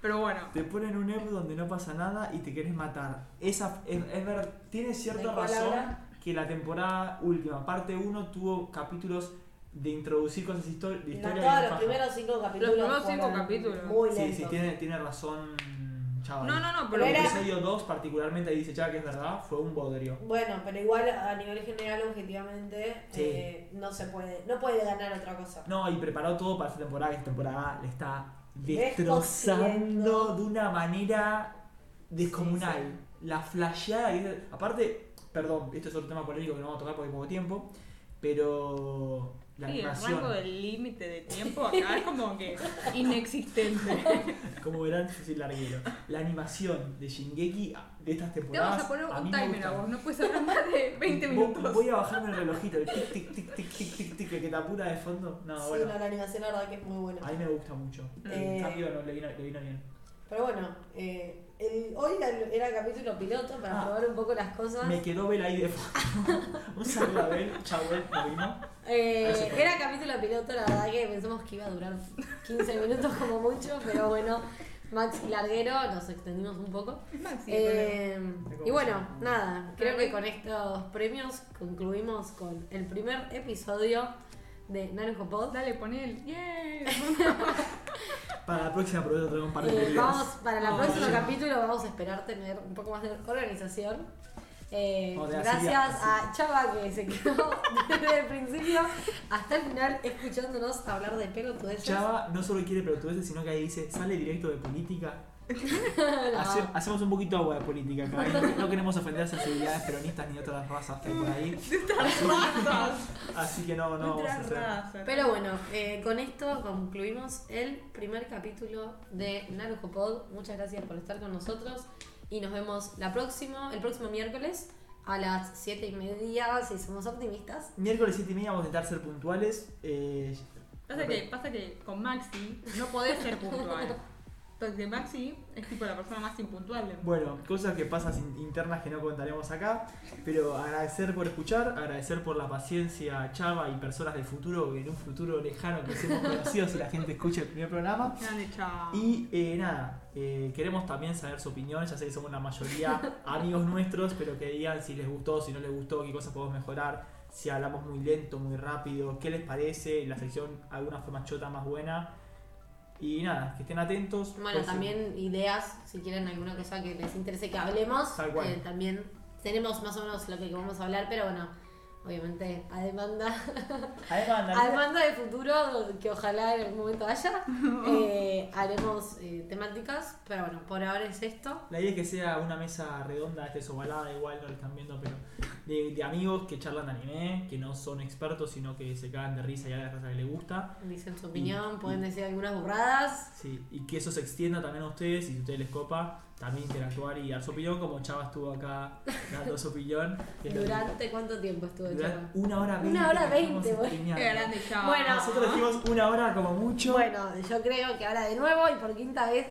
C: Pero bueno,
B: Te ponen un EP donde no pasa nada y te querés matar. Esa, es, es ver, tiene cierta
A: ¿De cuál
B: razón
A: habla?
B: que la temporada última, parte 1, tuvo capítulos de introducir cosas histo- de
A: No,
B: historia.
A: todos
B: bien
A: los
B: paja.
A: primeros cinco capítulos.
C: primeros cinco
A: fueron
C: capítulos.
A: Muy
B: Sí,
A: lentos.
B: sí, tiene, tiene razón, chaval.
C: no, no,
A: Pero
C: no, pero.
B: El
A: era-
B: episodio 2 particularmente ahí dice, ya que es verdad, fue un bodrio.
A: Bueno, pero igual a nivel general, objetivamente,
B: Sí.
A: eh, no se puede. No puede ganar otra cosa.
B: No, y preparó todo para esta temporada, que esta temporada le está
A: Descosiendo.
B: destrozando de una manera descomunal.
A: Sí,
B: La flasheada que- Aparte, perdón, esto es otro tema polémico que no vamos a tocar porque hay poco tiempo, pero la
C: Sí, el
B: animación,
C: rango del límite de tiempo acá es como que inexistente.
B: como verán, yo soy larguero. La animación de Shingeki de estas
C: Te vamos
B: temporadas
C: a poner
B: a mí
C: un
B: me
C: timer a
B: gustaron.
C: vos, no puedes hablar más de 20
B: Vo-
C: minutos.
B: Voy a bajarme el relojito, el tic tic tic tic tic tic tic el que te apura de fondo. No,
A: sí,
B: Ah, bueno,
A: no, la animación la verdad que es muy buena.
B: a mí me gusta mucho.
A: Eh,
B: En cambio, no, le vino, le vino bien.
A: Pero bueno, eh, el- hoy era, era el capítulo piloto para
B: Ah.
A: probar un poco las cosas.
B: Me quedó Bel ahí de fondo. Un saludo a Bel, chao Bel, nos vimos.
A: Eh,
B: Ahí se fue.
A: era capítulo piloto, la verdad que pensamos que iba a durar 15 minutos como mucho, pero bueno, Max y Larguero, nos extendimos un poco.
C: Es Maxi. el problema.
A: Eh,
B: problema.
A: y bueno, nada, creo
C: Dale.
A: que con estos premios concluimos con el primer episodio de Naranjo Pod.
C: Dale, pon el. ¡Yay!
B: Para la próxima probé traigo un par de
A: Eh,
B: bebidas.
A: vamos para el
B: No,
A: próximo
B: sí.
A: capítulo, vamos a esperar tener un poco más de organización. Eh,
B: Vamos a tener así,
A: gracias
B: así.
A: a Chava que se quedó desde el principio hasta el final escuchándonos hablar de pelotudeces.
B: Chava no solo quiere pelotudeces, sino que ahí dice, sale directo de política.
A: No.
B: Hace- hacemos un poquito agua de política acá. No, no queremos ofender a sensibilidades peronistas ni otras razas que hay por ahí.
C: Razas.
B: Así que no, no vamos a
C: Otras
B: hacer.
C: razas.
A: Pero bueno, eh, con esto concluimos el primer capítulo de Narujo Pod. Muchas gracias por estar con nosotros y nos vemos la próxima, el próximo miércoles a las 7 y media, si somos optimistas.
B: Miércoles 7 y media vamos a intentar ser puntuales. Eh,
C: Pasa que, pasa que con Maxi no podés ser puntual. Porque Maxi es tipo la persona más impuntual del mundo.
B: Bueno, cosas que pasan sin- internas que no contaremos acá, pero agradecer por escuchar, agradecer por la paciencia a Chava y personas del futuro, que en un futuro lejano que seamos conocidos si la gente escucha el primer programa.
C: Grande, chao.
B: Y eh, nada, eh, queremos también saber su opinión, ya sé que somos la mayoría amigos nuestros, pero que digan si les gustó, si no les gustó, qué cosas podemos mejorar, si hablamos muy lento, muy rápido, qué les parece, la sección alguna fue más chota, más buena. Y nada, que estén atentos.
A: Bueno,
B: Pues,
A: también ideas, si quieren alguna cosa que les interese que hablemos.
B: Tal cual.
A: eh, también tenemos más o menos lo que vamos a hablar, pero bueno, obviamente a demanda,
B: Además, la-
A: a demanda de futuro, que ojalá en algún momento haya, eh, haremos eh, temáticas, pero bueno, por ahora es esto.
B: La idea es que sea una mesa redonda, este es ovalada, igual no lo están viendo, pero de, de amigos que charlan de anime, que no son expertos, sino que se cagan de risa y hagan las cosas que les gusta.
A: Dicen su opinión,
B: Y-
A: pueden
B: y-
A: decir algunas burradas.
B: Sí, y que eso se extienda también a ustedes, y si a ustedes les copa, también interactuar y dar su opinión, como Chava estuvo acá dando su opinión. que es lo que-
A: ¿Durante cuánto tiempo estuvo el
B: durante
A: charla?
B: una hora
A: Una
B: veinte.
A: hora
B: la estamos
A: veinte, boludo.
B: empeñando.
C: Qué grande, chao.
A: Bueno.
B: Nosotros dijimos una hora como mucho.
A: Bueno, yo creo que ahora de nuevo y por quinta vez